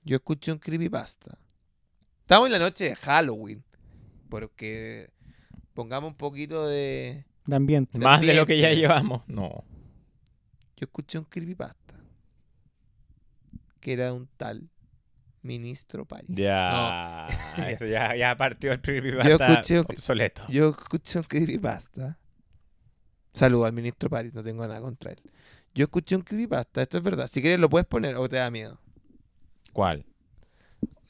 Yo escuché un creepypasta. Estamos en la noche de Halloween. Porque pongamos un poquito de.
De ambiente.
Más de lo que ya
ambiente.
llevamos. No.
Yo escuché un creepypasta. Que era de un tal ministro París. No,
Ya. Eso ya, ya partió el
Yo
creepypasta
escuché-
obsoleto.
yo escuché un creepypasta. Saludo al ministro París, no tengo nada contra él. Yo escuché un creepypasta, esto es verdad. Si quieres lo puedes poner o te da miedo.
¿Cuál?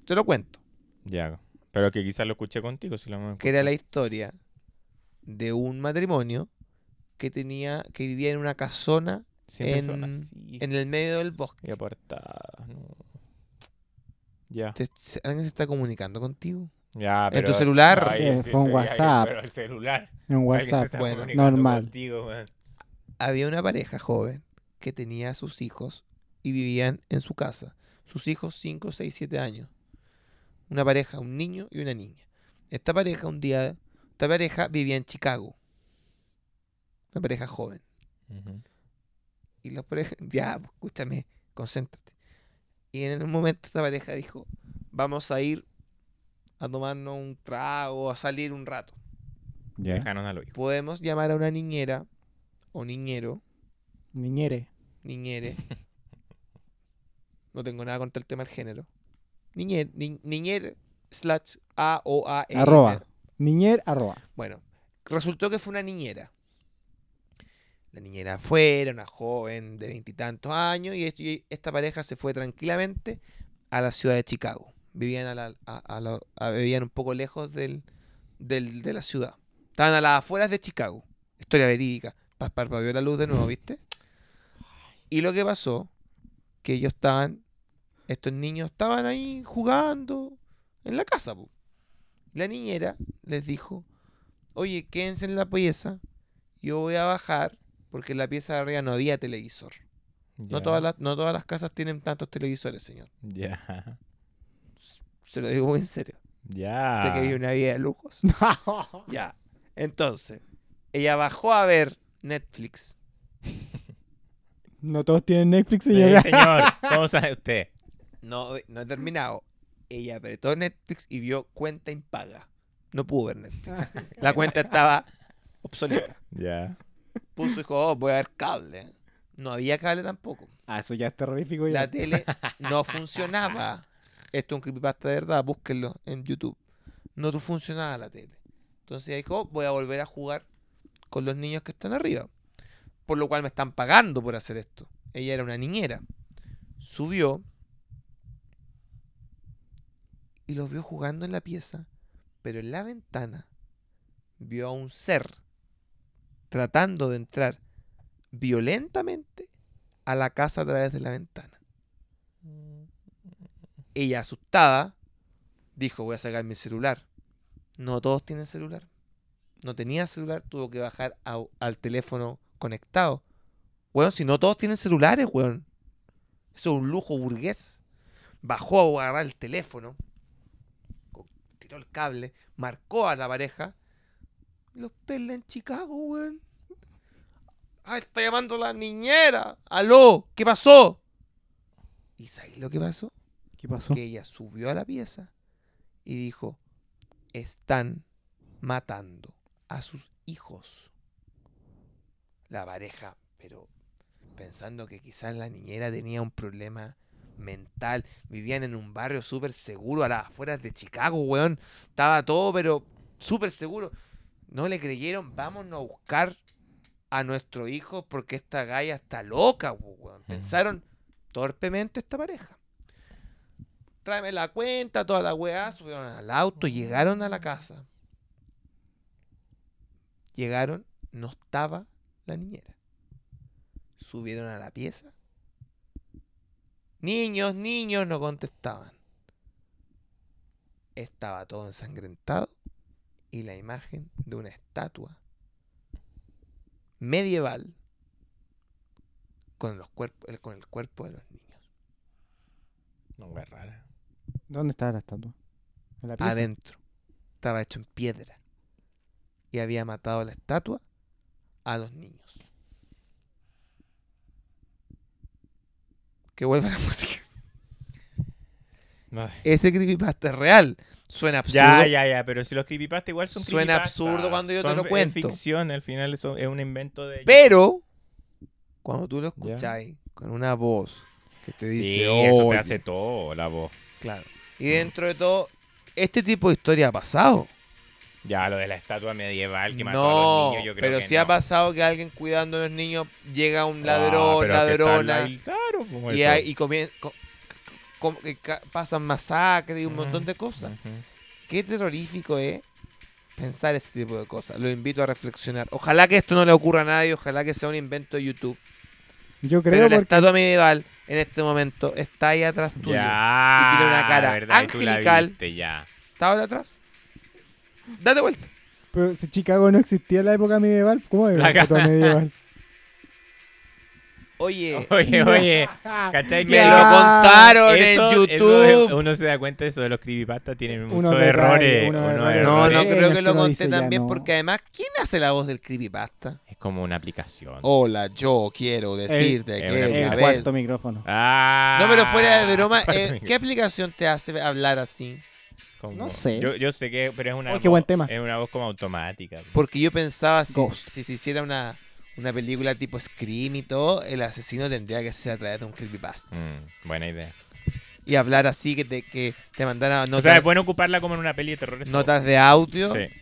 Te lo cuento.
Ya. Pero que quizás lo escuché contigo, si lo hemos
que era la
escuchado.
historia de un matrimonio que tenía que vivía en una casona
Siempre
en-
son así,
en el medio del bosque.
Y apartadas, no. Ya.
Te- se- ¿Alguien se está comunicando contigo?
Ya,
en tu
pero.
celular.
Sí, fue un
ya,
WhatsApp.
Pero el celular.
En
Alguien se
WhatsApp.
está
bueno,
comunicando
normal.
contigo, weón.
Había una pareja joven que tenía a sus hijos y vivían en su casa. Sus hijos 5, 6, 7 años. Una pareja, un niño y una niña. Esta pareja un día, esta pareja vivía en Chicago. Una pareja joven.
Ujú.
Y la pareja, ya, pues, escúchame, concéntrate. Y en un momento esta pareja dijo, vamos a ir a tomarnos un trago, a salir un rato.
Ya.
Dejaron a los hijos.
Podemos llamar a una niñera o niñero,
Niñere.
niñere. No tengo nada contra el tema del género. Niñer, ni- niñer slash A O A E.
Arroba. Niñer arroba.
Bueno, resultó que fue una niñera. La niñera fue, era una joven de veintitantos años y, est- y esta pareja se fue tranquilamente a la ciudad de Chicago. Vivían, a la- a- a la- a- vivían un poco lejos del, del- de la ciudad. Estaban a las afueras de Chicago. Historia verídica. Pa- Parpadeó la luz de nuevo, ¿viste? Y lo que pasó, que ellos estaban, estos niños estaban ahí jugando en la casa. po. La niñera les dijo, oye, quédense en la pieza, yo voy a bajar, porque en la pieza de arriba no había televisor. No
Ya,
todas, las, no todas las casas tienen tantos televisores, señor.
Ya.
Se lo digo muy en serio.
Ya.
Usted que vive una vida de lujos. Ya. Entonces, ella bajó a ver Netflix.
No todos tienen Netflix,
Sí,
señora.
señor. ¿Cómo sabe usted?
No, no he terminado. Ella apretó Netflix y vio cuenta impaga. No pudo ver Netflix. La cuenta estaba obsoleta.
Ya.
Puso y dijo, "Oh, voy a ver cable. No había cable tampoco.
Ah, eso ya es terrorífico. Ya.
La tele no funcionaba. Esto es un creepypasta de verdad, búsquenlo en YouTube. No tu- funcionaba la tele. Entonces ella dijo, voy a volver a jugar con los niños que están arriba. Por lo cual me están pagando por hacer esto. Ella era una niñera. Subió y los vio jugando en la pieza, pero en la ventana vio a un ser tratando de entrar violentamente a la casa a través de la ventana. Ella asustada dijo, voy a sacar mi celular. No todos tienen celular. No tenía celular, tuvo que bajar a- al teléfono conectado. Weón, si no todos tienen celulares, weón. Eso es un lujo burgués. Bajó a agarrar el teléfono, co- tiró el cable, marcó a la pareja. Los perla en Chicago, weón. Ah, está llamando la niñera. Aló, ¿qué pasó? ¿Y sabéis lo que pasó?
¿Qué pasó?
Que ella subió a la pieza y dijo, están matando a sus hijos. La pareja, pero pensando que quizás la niñera tenía un problema mental, vivían en un barrio súper seguro a las afueras de Chicago, weón. Estaba todo, pero súper seguro. No le creyeron, vámonos a buscar a nuestro hijo porque esta galla está loca, weón. Pensaron torpemente esta pareja. Tráeme la cuenta, toda la weá, subieron al auto, llegaron a la casa. Llegaron, no estaba la niñera. Subieron a la pieza. Niños, niños, no contestaban. Estaba todo ensangrentado y la imagen de una estatua medieval con, los cuerpos, el- con el cuerpo de los niños.
No, güey, rara.
¿Dónde está la estatua? ¿En la pieza?
Adentro. Estaba hecho en piedra. Y había matado a la estatua a los niños. Que vuelva la música.
Ay.
Ese creepypasta es real. Suena absurdo.
Ya, ya, ya, pero si los creepypasta igual son
Suena
creepypasta.
absurdo cuando yo te
Son-
lo cuento.
Es ficción, al final eso es un invento de...
Pero, cuando tú lo
Ya.
escucháis con una voz que te dice.
Sí, eso te
"Oye",
hace todo, la voz.
Claro. Y dentro de todo, este tipo de historia ha pasado.
Ya, lo de la estatua medieval que mató a
No,
los niños, yo creo
pero
que
sí ha
no.
pasado que alguien cuidando a los niños llega un
Ah,
ladrón,
pero es que está
ladrona.
la- Claro, como
y,
eso.
hay- y comien- co- co- que ca- pasan masacres y un montón de cosas.
Ujú.
Qué terrorífico es pensar este tipo de cosas. Lo invito a reflexionar. Ojalá que esto no le ocurra a nadie, ojalá que sea un invento de YouTube.
Yo
Pero
creo
la
porque
estatua medieval en este momento está ahí atrás tuyo.
Ya.
Y tiene una cara
¿verdad? Y tú la
angelical.
viste, ya.
Está ahora atrás. Date vuelta.
pero si Chicago no existía en la época medieval, ¿cómo era
La
la estatua
cara.
medieval?
Oye,
Oye, oye.
Ah,
¿Cachai que
Eh, me lo
Ya.
contaron
eso-
en
eso
YouTube.
es- uno se da cuenta de eso de los creepypasta tienen
Unos
muchos
detalles,
errores.
unos
unos
errores.
no, no
errores.
creo que
Esto
lo
no
conté
dice ya,
también
no.
porque además, ¿quién hace la voz del creepypasta?
Es como una aplicación.
Hola, yo quiero decirte
El-
que...
el Ah,
una
El
Medieval.
vez-
cuarto micrófono.
Ah.
No, pero fuera de broma,
Cuarto
eh,
micro-
¿qué aplicación te hace hablar así?
como-
No sé.
Yo, yo sé que, pero es una
Oh, qué buen
voz-
tema.
Es una voz como automática.
Porque yo pensaba si,
Ghost.
si se hiciera una, una película tipo Scream y todo, el asesino tendría que ser a través de un creepypasta.
Mm, buena idea.
Y hablar así, que te, que te mandara
o sea,
notas,
es bueno ocuparla como en una peli de terror. eso.
notas de audio.
Sí.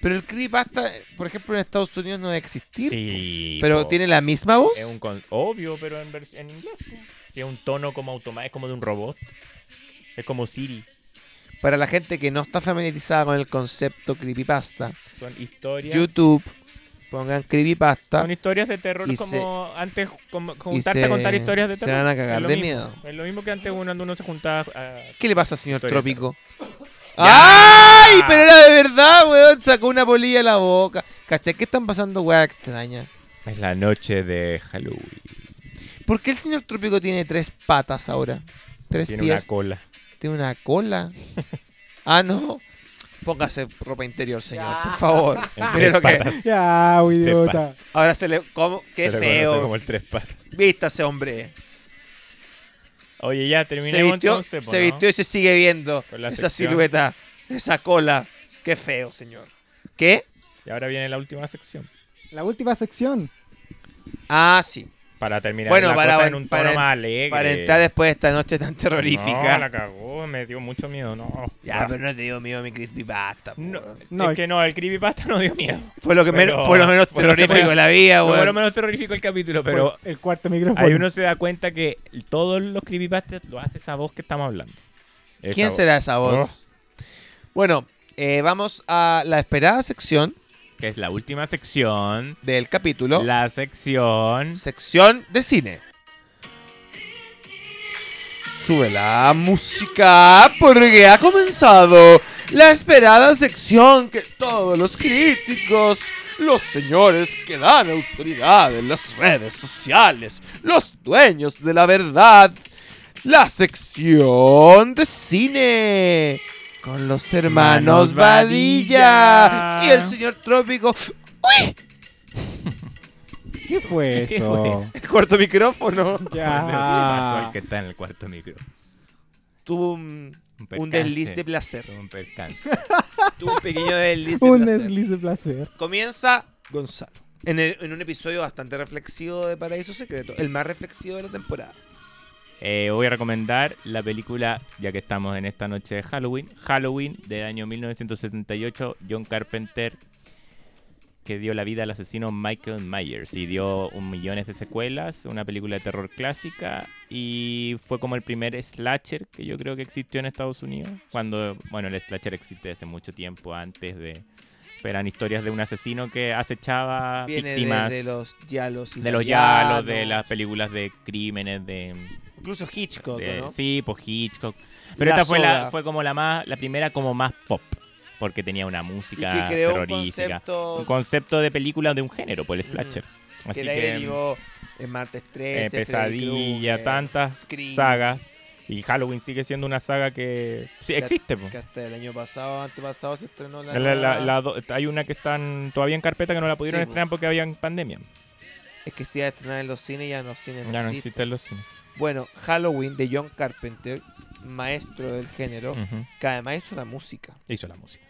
Pero el creepypasta, por ejemplo, en Estados Unidos no debe existir.
Sí, eh,
pero
po.
tiene la misma voz.
Es un con- obvio, pero en, vers- en inglés. po. Sí, es un tono como automático, es como de un robot. Es como Siri.
Para la gente que no está familiarizada con el concepto creepypasta,
Son historias.
YouTube, pongan creepypasta.
Son historias de terror
Y
como antes, como juntarse
se-
a contar historias de
se
terror.
van a cagar
Es lo
de
mismo.
miedo.
Es lo mismo que antes uno, uno se juntaba a...
¿Qué le pasa al señor
Historia
Trópico? ¡Ay! Pero era de verdad, weón. Sacó una polilla de la boca. ¿Cachai? ¿Qué están pasando, weá extraña?
Es la noche de Halloween.
¿Por qué el señor Trópico tiene tres patas ahora? Tres
Tiene una
pies.
cola.
tiene una cola. Ah, no. Póngase ropa interior, señor, por favor. Mire lo que-
Ya, oh, idiota.
Ahora se le. ¿Cómo? Qué
Se le conoce
feo.
como el tres patas.
Vístase, hombre.
Oye, ya
Se
terminemos
vistió,
entonces. po,
se
¿no?
vistió y se sigue viendo
Con la
esa
sección.
silueta, esa cola. Qué feo, señor. ¿Qué?
Y ahora viene la última sección.
La última sección.
Ah, sí.
Para terminar
Bueno,
la
para-
cosa en un tono
para-
más alegre.
Para entrar después de esta noche tan terrorífica.
No, la cagó, me dio mucho miedo, no.
Ya, pero no te dio miedo mi creepypasta. po,
No,
weón.
No,
es que no, el creepypasta no dio miedo.
Fue lo, que
Pero-
menos- fue lo menos
fue lo que
terrorífico
menos-
de la vida,
Fue
weón.
lo menos terrorífico el capítulo, pero
el cuarto micrófono.
ahí uno se da cuenta que todos los creepypastas lo hace esa voz que estamos hablando. Esa
¿Quién
voz, Oh.
será esa voz? Bueno, eh, vamos a la esperada sección
Que es la última sección.
del capítulo.
La sección.
sección de cine. Sube la música porque ha comenzado la esperada sección que todos los críticos, los señores que dan autoridad en las redes sociales, los dueños de la verdad, la sección de cine con los hermanos
Manos
Badilla
Badilla.
y el señor Trópico. ¡Uy!
¿Qué fue
¿Qué
eso?
fue eso?
El cuarto micrófono.
Ah.
¿Qué pasó al
Ya.
que está en el cuarto micro?
tuvo un,
Un
un
percance.
desliz de placer.
Tuvo un percance.
Tuvo un pequeño desliz de
Un
placer.
desliz de placer.
Comienza Gonzalo. En, el- en un episodio bastante reflexivo de Paraíso Secreto. El más reflexivo de la temporada.
Eh, voy a recomendar la película, ya que estamos en esta noche de Halloween, Halloween del año 1978, John Carpenter, que dio la vida al asesino Michael Myers y dio un millones de secuelas, una película de terror clásica y fue como el primer slasher que yo creo que existió en Estados Unidos, cuando, bueno, el slasher existe desde mucho tiempo antes de... Pero eran historias de un asesino que acechaba
Viene de-
víctimas
de, los yalos. y
de los yalos, de las películas de crímenes, de
Incluso Hitchcock,
de-
¿no?
Sí, pues Hitchcock. Pero
La
esta fue, la,
soga.
fue como la más la primera como más pop, porque tenía una
Y
música
que creó un
terrorífica.
concepto Mm.
Un concepto de película de un género, por el slasher. Así
que
que,
de ahí derivó en Martes
eh,
13, Freddy
pesadilla,
Krueger,
tantas
Scream,
sagas. Y Halloween sigue siendo una saga que sí,
que-
existe. po.
Que hasta el año pasado, antepasado, se estrenó la...
La- la-
nueva.
la do- hay una que están todavía en carpeta que no la
Sí,
pudieron
pues. po.
estrenar porque había pandemia.
Es que se iba a estrenar en los cines y ya en los cines no
Ya no
existe.
existen los cines.
Bueno, Halloween de John Carpenter, maestro del género,
Ujú.
que además hizo la música,
Hizo la música.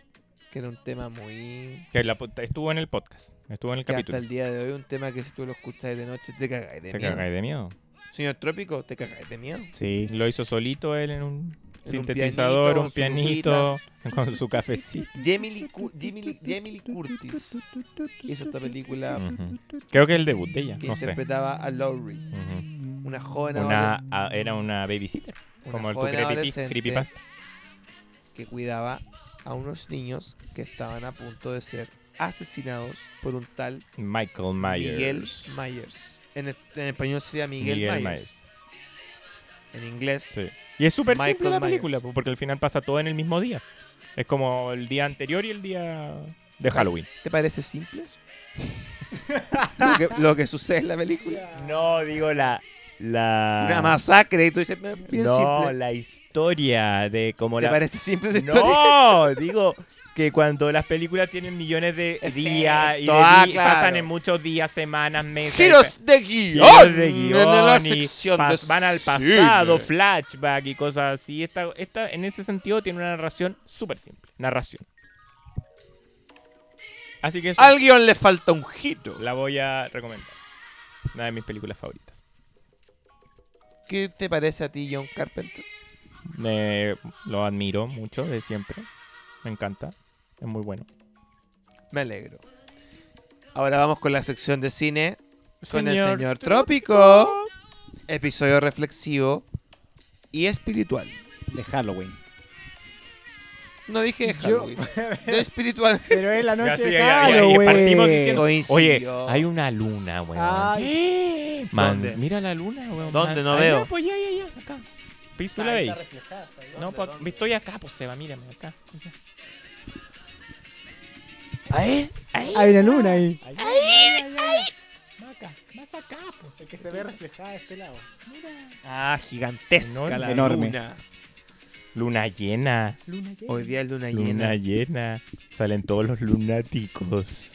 que era un tema muy...
Que la po- estuvo en el podcast. Estuvo en el
Que hasta
capítulo.
el día de hoy un tema que si tú lo escuchas de noche te cagáis de
Te
miedo.
cagáis de miedo.
Señor Trópico, te cagáis de miedo.
Sí.
Lo hizo solito él en un
En un
sintetizador, un
pianito,
pianito, con su cafecito.
Jamie Lee, Cu- Jimmy Lee- Jamie Lee Curtis hizo esta película
Ujú. Creo que es el debut de ella,
que
Mm, no sé.
interpretaba a Lowry,
Ujú.
una joven
Una,
adolescente
a- era una babysitter,
Una
como el tu
joven
creepypi-
adolescente.
creepypasta.
que cuidaba a unos niños que estaban a punto de ser asesinados por un tal
Michael Myers.
Miguel Myers. En, es- en español sería Miguel,
Miguel
Myers. En inglés
Sí. Y es súper simple
Michael
la
Myers.
película, po, porque al final pasa todo en el mismo día. Es como el día anterior y el día de Halloween.
¿Te parece simple eso? lo, que, lo que sucede en la película.
No, digo la... la...
Una masacre y tú dices, "Bien simple".
la historia de como
¿Te parece simple esa historia?
No, digo que cuando las películas tienen millones de días y de
Efecto, ah,
di-
claro.
pasan en muchos días, semanas, meses.
Giros de
giros
guión.
de
en la
guión y
sección
pas-
de
van al pasado,
cine.
flashback y cosas así. Esta, esta, en ese sentido, tiene una narración súper simple. Narración. Así que eso
Al guión le falta un giro.
la voy a recomendar. Una de mis películas favoritas.
¿Qué te parece a ti, John Carpenter?
Eh, lo admiro mucho de siempre. Me encanta. Es muy bueno.
Me alegro. Ahora vamos con la sección de cine con el
Señor
señor Trópico. Episodio reflexivo y espiritual.
De Halloween.
No dije de
Yo-
Halloween. De espiritual.
Pero es la noche
sí,
de
ya, ya, ya,
Halloween.
partimos diciendo- Oye,
Coincidió.
hay una luna, weón. Eh, Man,
¿Dónde?
mira la luna, weón.
¿Dónde?
man.
No
Allá,
veo.
pues ya, ya, ya, acá. ¿Viste tú la veis? No, pues acá- estoy acá, pues Seba, mírame, acá. A ver, ahí.
Hay una luna ahí.
Acá, más acá, pues.
El que se ve reflejada de este lado.
Ah, gigantesca
Enorme.
la
Enorme.
luna.
Luna llena.
Hoy día es luna llena.
Luna llena. Salen todos los lunáticos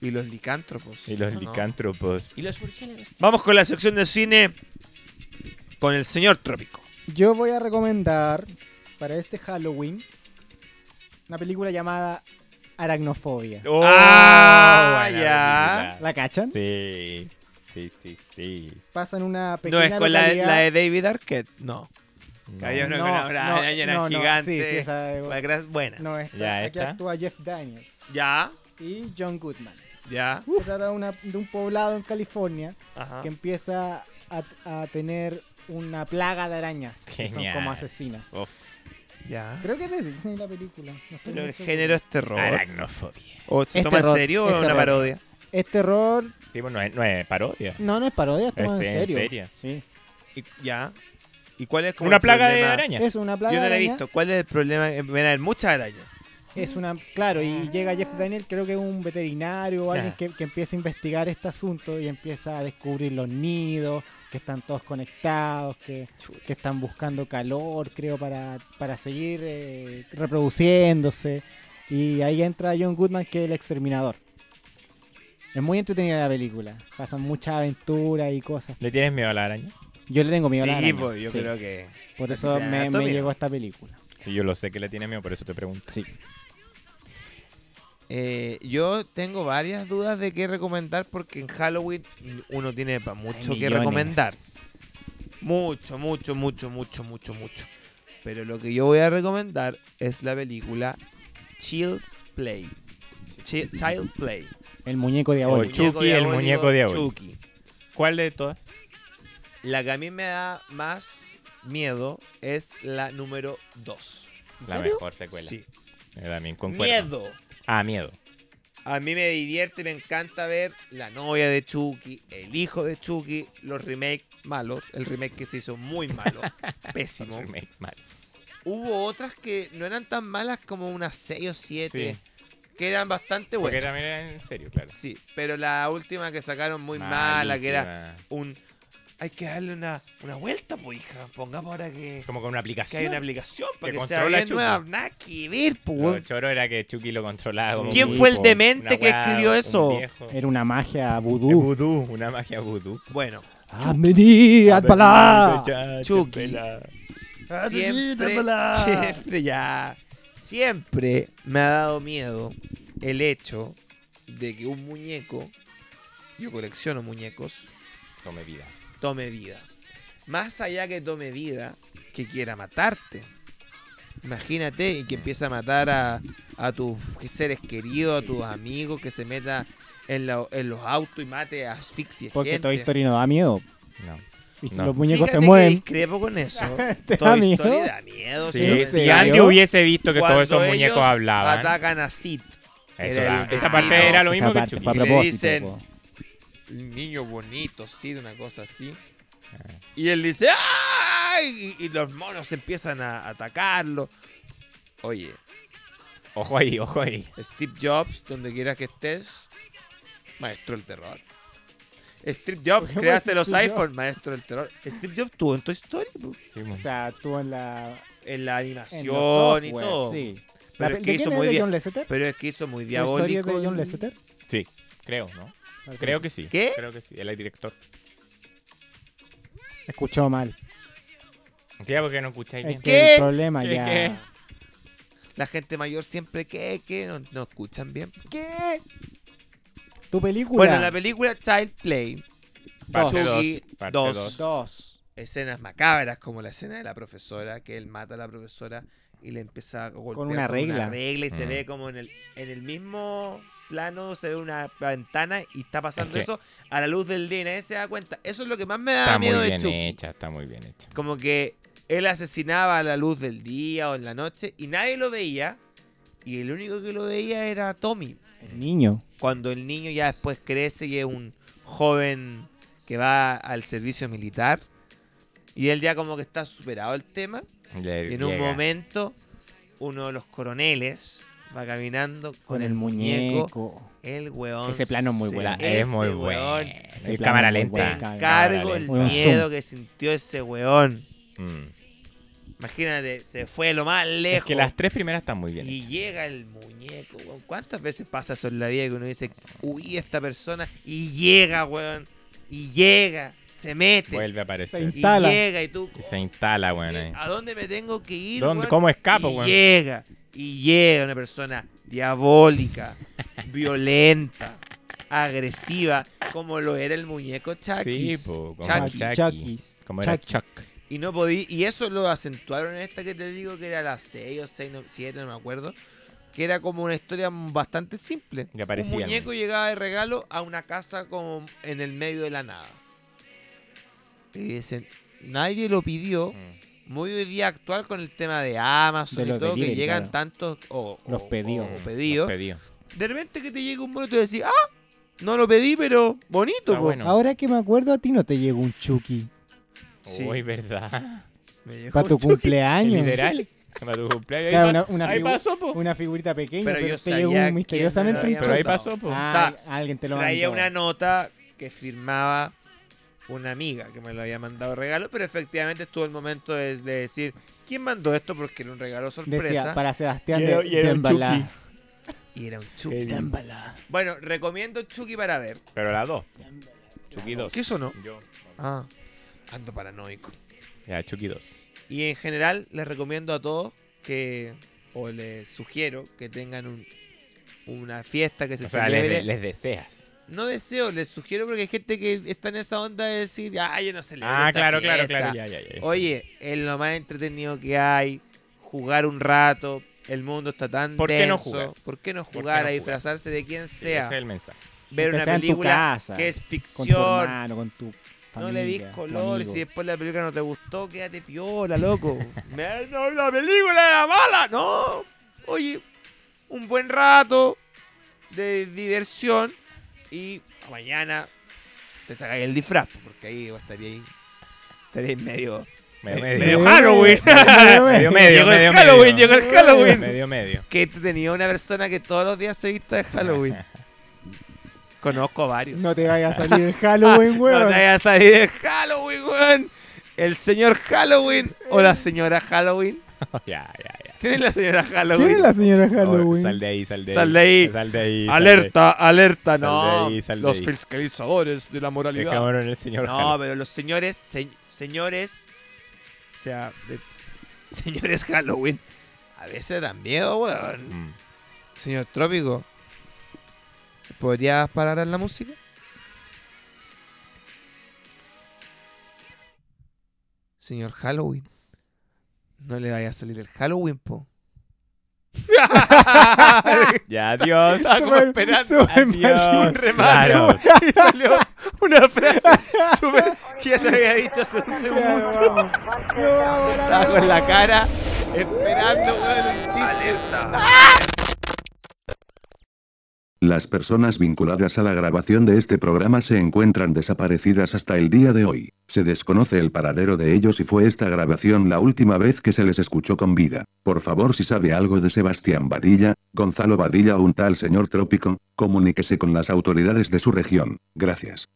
Y los licántropos.
y los
Ah, ¿no?
licántropos. Y los
Vamos con la sección de cine con el señor Trópico.
Yo voy a recomendar para este Halloween una película llamada Aracnofobia.
¡Oh!
Ah,
Buena
ya.
película.
¿La cachan?
Sí. Sí, sí, sí.
Pasa en una
No
pequeña
es con la, de-
localidad-
la de David Arquette. No.
No.
Cayó una con una araña
no, no,
gigante.
sí, sí, esa es-
La gra- Buena.
no, esta-
Ya,
aquí
esta.
actúa Jeff Daniels
Ya,
y John Goodman.
ya.
Se trata de, una- de un poblado en California
Ajá.
que empieza a, a tener una plaga de arañas que son
Genial.
como asesinas.
Uf,
Ya.
Creo que es de Disney la película. no estoy
Oh. Pero
muy
el
seguro.
género es terror.
aracnofobia.
¿O se
Es
toma en
terror,
serio o
es
es una
terror.
parodia?
Es terror,
Sí, bueno, no es, no es parodia.
no, no es parodia, es tomado
Es
en
en
serio.
serio.
Sí.
Y- ya. ¿Y cuál es como
Una
el
plaga de
problema?
araña.
Es una plaga
Yo no
de
la he
araña,
visto. ¿Cuál es el problema? Eh, Van a haber muchas arañas.
Es una, claro, y llega Jeff Daniel, creo que es un veterinario o alguien
Ya.
que, que empieza a investigar este asunto y empieza a descubrir los nidos, que están todos conectados, que, que están buscando calor, creo, para, para seguir eh, reproduciéndose. Y ahí entra John Goodman, que es el exterminador. Es muy entretenida la película, pasan muchas aventuras y cosas.
¿Le tienes miedo a la araña?
Yo le tengo miedo a la
Sí,
araña,
pues yo
sí.
creo que.
Por eso
la
me, me
anatomía.
llegó esta película.
Sí, yo lo sé que le tienes miedo, por eso te pregunto.
Sí.
Eh, yo tengo varias dudas de qué recomendar porque en Halloween uno tiene pa- mucho que
millones.
recomendar. Mucho, mucho, mucho, mucho, mucho, mucho. Pero lo que yo voy a recomendar es la película Child's Play. Chi- Child Play.
El muñeco diabólico.
Chucky, el muñeco diabólico.
Chucky.
¿Cuál de todas?
La que a mí me da más miedo es la número 2.
La mejor secuela.
Sí.
Eh, También concuerdo.
Miedo.
Ah, miedo.
A mí me divierte, me encanta ver la novia de Chucky, el hijo de Chucky, los remakes malos, el remake que se hizo muy malo, pésimo.
Remake, mal.
Hubo otras que no eran tan malas como unas 6 o 7, que eran bastante
Porque
buenas.
también era en serio, claro.
Sí, pero la última que sacaron muy mala, que era
Malísima.
un... Hay que darle una, una vuelta, pues hija. Pongamos ahora que,
Como con una
que
aplicación.
hay una aplicación para
Que
que, sea
controla
bien
Chucky.
nueva. Nada que ver, pues,
Lo
weón.
choro era que Chucky lo controlaba. como
¿Quién
un
fue el
tipo,
demente
una
que escribió
un
eso?
viejo.
Era una magia
Es
vudú.
vudú, una magia vudú.
Bueno,
¡Ah, vení, Albalá!
Chucky.
Chucky.
siempre, siempre ya, siempre me ha dado miedo el hecho de que un muñeco, yo colecciono muñecos,
Come vida.
tome vida. Más allá que tome vida, que quiera matarte. Imagínate y que empiece a matar a, a tus seres queridos, a tus amigos, que se meta en, la- en los autos y mate a asfixie.
Porque
gente.
Toy Story no da miedo.
No.
Y si
No.
los muñecos
Fíjate
se
que
mueven.
discrepo con eso.
¿Te da
Toy Story
miedo?
da miedo.
Sí,
lo
Si,
sí,
si
pensás.
Andy
yo-
hubiese visto que todos
Cuando
esos muñecos
ellos
hablaban.
Atacan a Sid.
eso
el
da-
vecino.
esa parte era lo
Esa
mismo que
parte
Chucky.
fue a
Y le
propósito,
dicen-
po.
El niño bonito, Sid, una cosa así. Y él dice, ¡ay! Y, y los monos empiezan a atacarlo. Oye,
Ojo ahí, ojo ahí.
Steve Jobs, donde quiera que estés, maestro del terror. Steve Jobs,
¿Por qué
creaste
fue
los
Steve
iPhone, maestro del terror. Steve Jobs tuvo en Toy Story, po,
O sea, tú en la.
en la animación
En los software,
y todo.
Sí.
Pero
La
es
pe-
que
¿De
hizo
quién
muy
es de
bien.
John Lasseter?
Pero es que hizo muy
¿La historia es
diabólico.
de John
el-
Lasseter?
Sí, creo, ¿no? Creo que sí.
¿Qué?
Creo que sí. El director.
Escuchó mal.
Ya, porque no escucháis
Es
bien.
que
¿Qué?
el problema
¿Qué,
ya.
qué?
La gente mayor siempre que, que no, no escuchan bien.
¿Qué? Tu película.
Bueno, la película Child Play,
Parte
Dos.
dos,
Chucky
parte
2,
dos.
Dos.
escenas macabras como la escena de la profesora, que él mata a la profesora y le empieza a golpear
una regla.
regla y se
Mm.
ve como en el, en el mismo plano, se ve una ventana y está pasando
que-
eso a la luz del día y nadie se da cuenta. Eso es lo que más me da
Está muy
miedo Ah, de
bien
Chucky.
hecha, está muy bien hecha.
Como que él asesinaba a la luz del día o en la noche y nadie lo veía y el único que lo veía era Tommy.
El niño.
cuando el niño ya después crece y es un joven que va al servicio militar y él ya como que está superado el tema
Le
y en un
llega.
momento uno de los coroneles va caminando con, el muñeco, el weón
Ese plano es muy
se-
bueno.
Es muy
ese
bueno.
weón,
Y
plano
cámara
es muy
lenta.
bueno.
te encargo el
Muy bueno.
miedo que sintió ese weón
Mm.
Imagínate, se fue lo más
Es
lejos.
que las tres primeras están muy bien.
Y llega el muñeco, weón. ¿Cuántas veces pasa eso en la vida que uno dice, uy, esta persona? Y llega, weón. Y llega, se mete.
Vuelve a aparecer.
y
Instala.
llega y tú.
Y se instala, weón. ahí.
¿A dónde me tengo que ir?
¿Dónde-
weón?
cómo escapo,
y
weón?
Llega, y llega una persona diabólica, violenta, agresiva, como lo era el muñeco Chucky.
Sí, po, como
Chucky.
Chucky.
Chucky's.
Como era
Chucky.
Chuck.
Y no podí, y eso lo acentuaron en esta que te digo que era la 6 o 6, no, 7, no me acuerdo. Que era como una historia bastante simple.
Y aparecía
Un
el
muñeco llegaba de regalo a una casa como en el medio de la nada. Y dicen, nadie lo pidió.
Mm.
Muy hoy día actual con el tema de Amazon
De
y
los
todo, que
delivery,
llegan
claro.
tantos o, o-
Los pedidos.
o
Los
pedidos.
pedidos.
De repente que te llega un mono y tú decís, ah, no lo pedí, pero bonito.
Ah,
po".
bueno.
Ahora que me acuerdo, a ti no te llegó un Chucky.
Sí.
Uy, ¿verdad?
Me llegó
Para tu
un chuki.
¿El
cumpleaños.
literal? Para tu cumpleaños.
Claro,
ahí
una-
pas-
una
ahí
figu-
pasó, po.
Una figurita pequeña,
Pero
pero,
yo
te
sabía
llegó
quién me
un
lo
misteriosamente un
había
Pero ahí
Chucky.
mandado.
pasó, po.
Ah,
O
alguien te lo
Traía
mandó.
una nota que firmaba una amiga que me lo había mandado regalo, pero efectivamente estuvo el momento de, de decir, ¿quién mandó esto? Porque era un regalo sorpresa
Decía, para Sebastián
Y era-
de,
y era
de
un
embalá.
Chucky.
y era un Chucky.
De embalá.
Bueno, recomiendo Chucky para ver.
Pero la dos. Chucky 2.
¿Qué sonó?
Yo.
Ah, ando paranoico.
Ya, Chucky 2.
Y en general les recomiendo a todos que, o les sugiero que tengan un- una fiesta que se
O sea,
celebre.
les, les deseas.
No deseo, les sugiero porque hay gente que está en esa onda de decir, ah, yo no celebro
Ah,
esta
claro, claro,
fiesta".
claro. Ya, ya, ya.
Oye, es lo más entretenido que hay. Jugar un rato. El mundo está tan
¿Por qué no
denso.
jugar?
¿Por qué no
qué
jugar a
no jugar?
disfrazarse de quien
Sí, ese
sea?
es el mensaje.
Ver
Que
una
sea en tu
película
casa,
que es
Con tu
ficción.
hermano, con tu familia.
No le dis
tu
color.
amigo.
Si después la película no te gustó, quédate piola, loco. Me- no, la película era mala. No. Oye, un buen rato de diversión. Y mañana te sacáis el disfraz. Porque ahí estaría ahí. Estaría medio.
Medio,
medio
medio.
Halloween.
Medio,
Medio,
medio.
medio.
Llegó el
medio,
Halloween,
medio.
llegó el Halloween.
Medio, medio.
Qué entretenida una persona que todos los días se vista de Halloween. Conozco varios.
No te vaya a salir el Halloween,
No
weón.
te vayas a salir de Halloween, weón. El señor Halloween o
Eh.
la señora Halloween.
Ya, ya, ya.
¿Quién es la señora Halloween?
¿Quién es la señora
Oh,
Halloween?
sal de ahí, sal de ahí.
Sal de ahí.
Sal de ahí. sal de ahí.
Alerta, alerta,
Sal
no.
de ahí, sal de
los
ahí.
fiscalizadores de la
Es
moralidad.
que ahora el señor
No,
Halloween.
pero los señores, se- señores, o sea, de- señores Halloween, a veces dan miedo, weón.
Mm.
Señor Trópico, ¿podrías parar en la música? Señor Halloween, no le vaya a salir el Halloween, po.
Ya, adiós.
Ah,
Súper- súper
Adiós.
maligno.
Claro.
Y salió una frase súper que ya se había dicho hace un segundo.
vamos. No, vamos, la
Estaba con la
vamos.
cara esperando, weón, un chiste.
Alerta.
Las personas vinculadas a la grabación de este programa se encuentran desaparecidas hasta el día de hoy. Se desconoce el paradero de ellos y fue esta grabación la última vez que se les escuchó con vida. Por favor, si sabe algo de Sebastián Badilla, Gonzalo Badilla o un tal señor Trópico, comuníquese con las autoridades de su región. Gracias.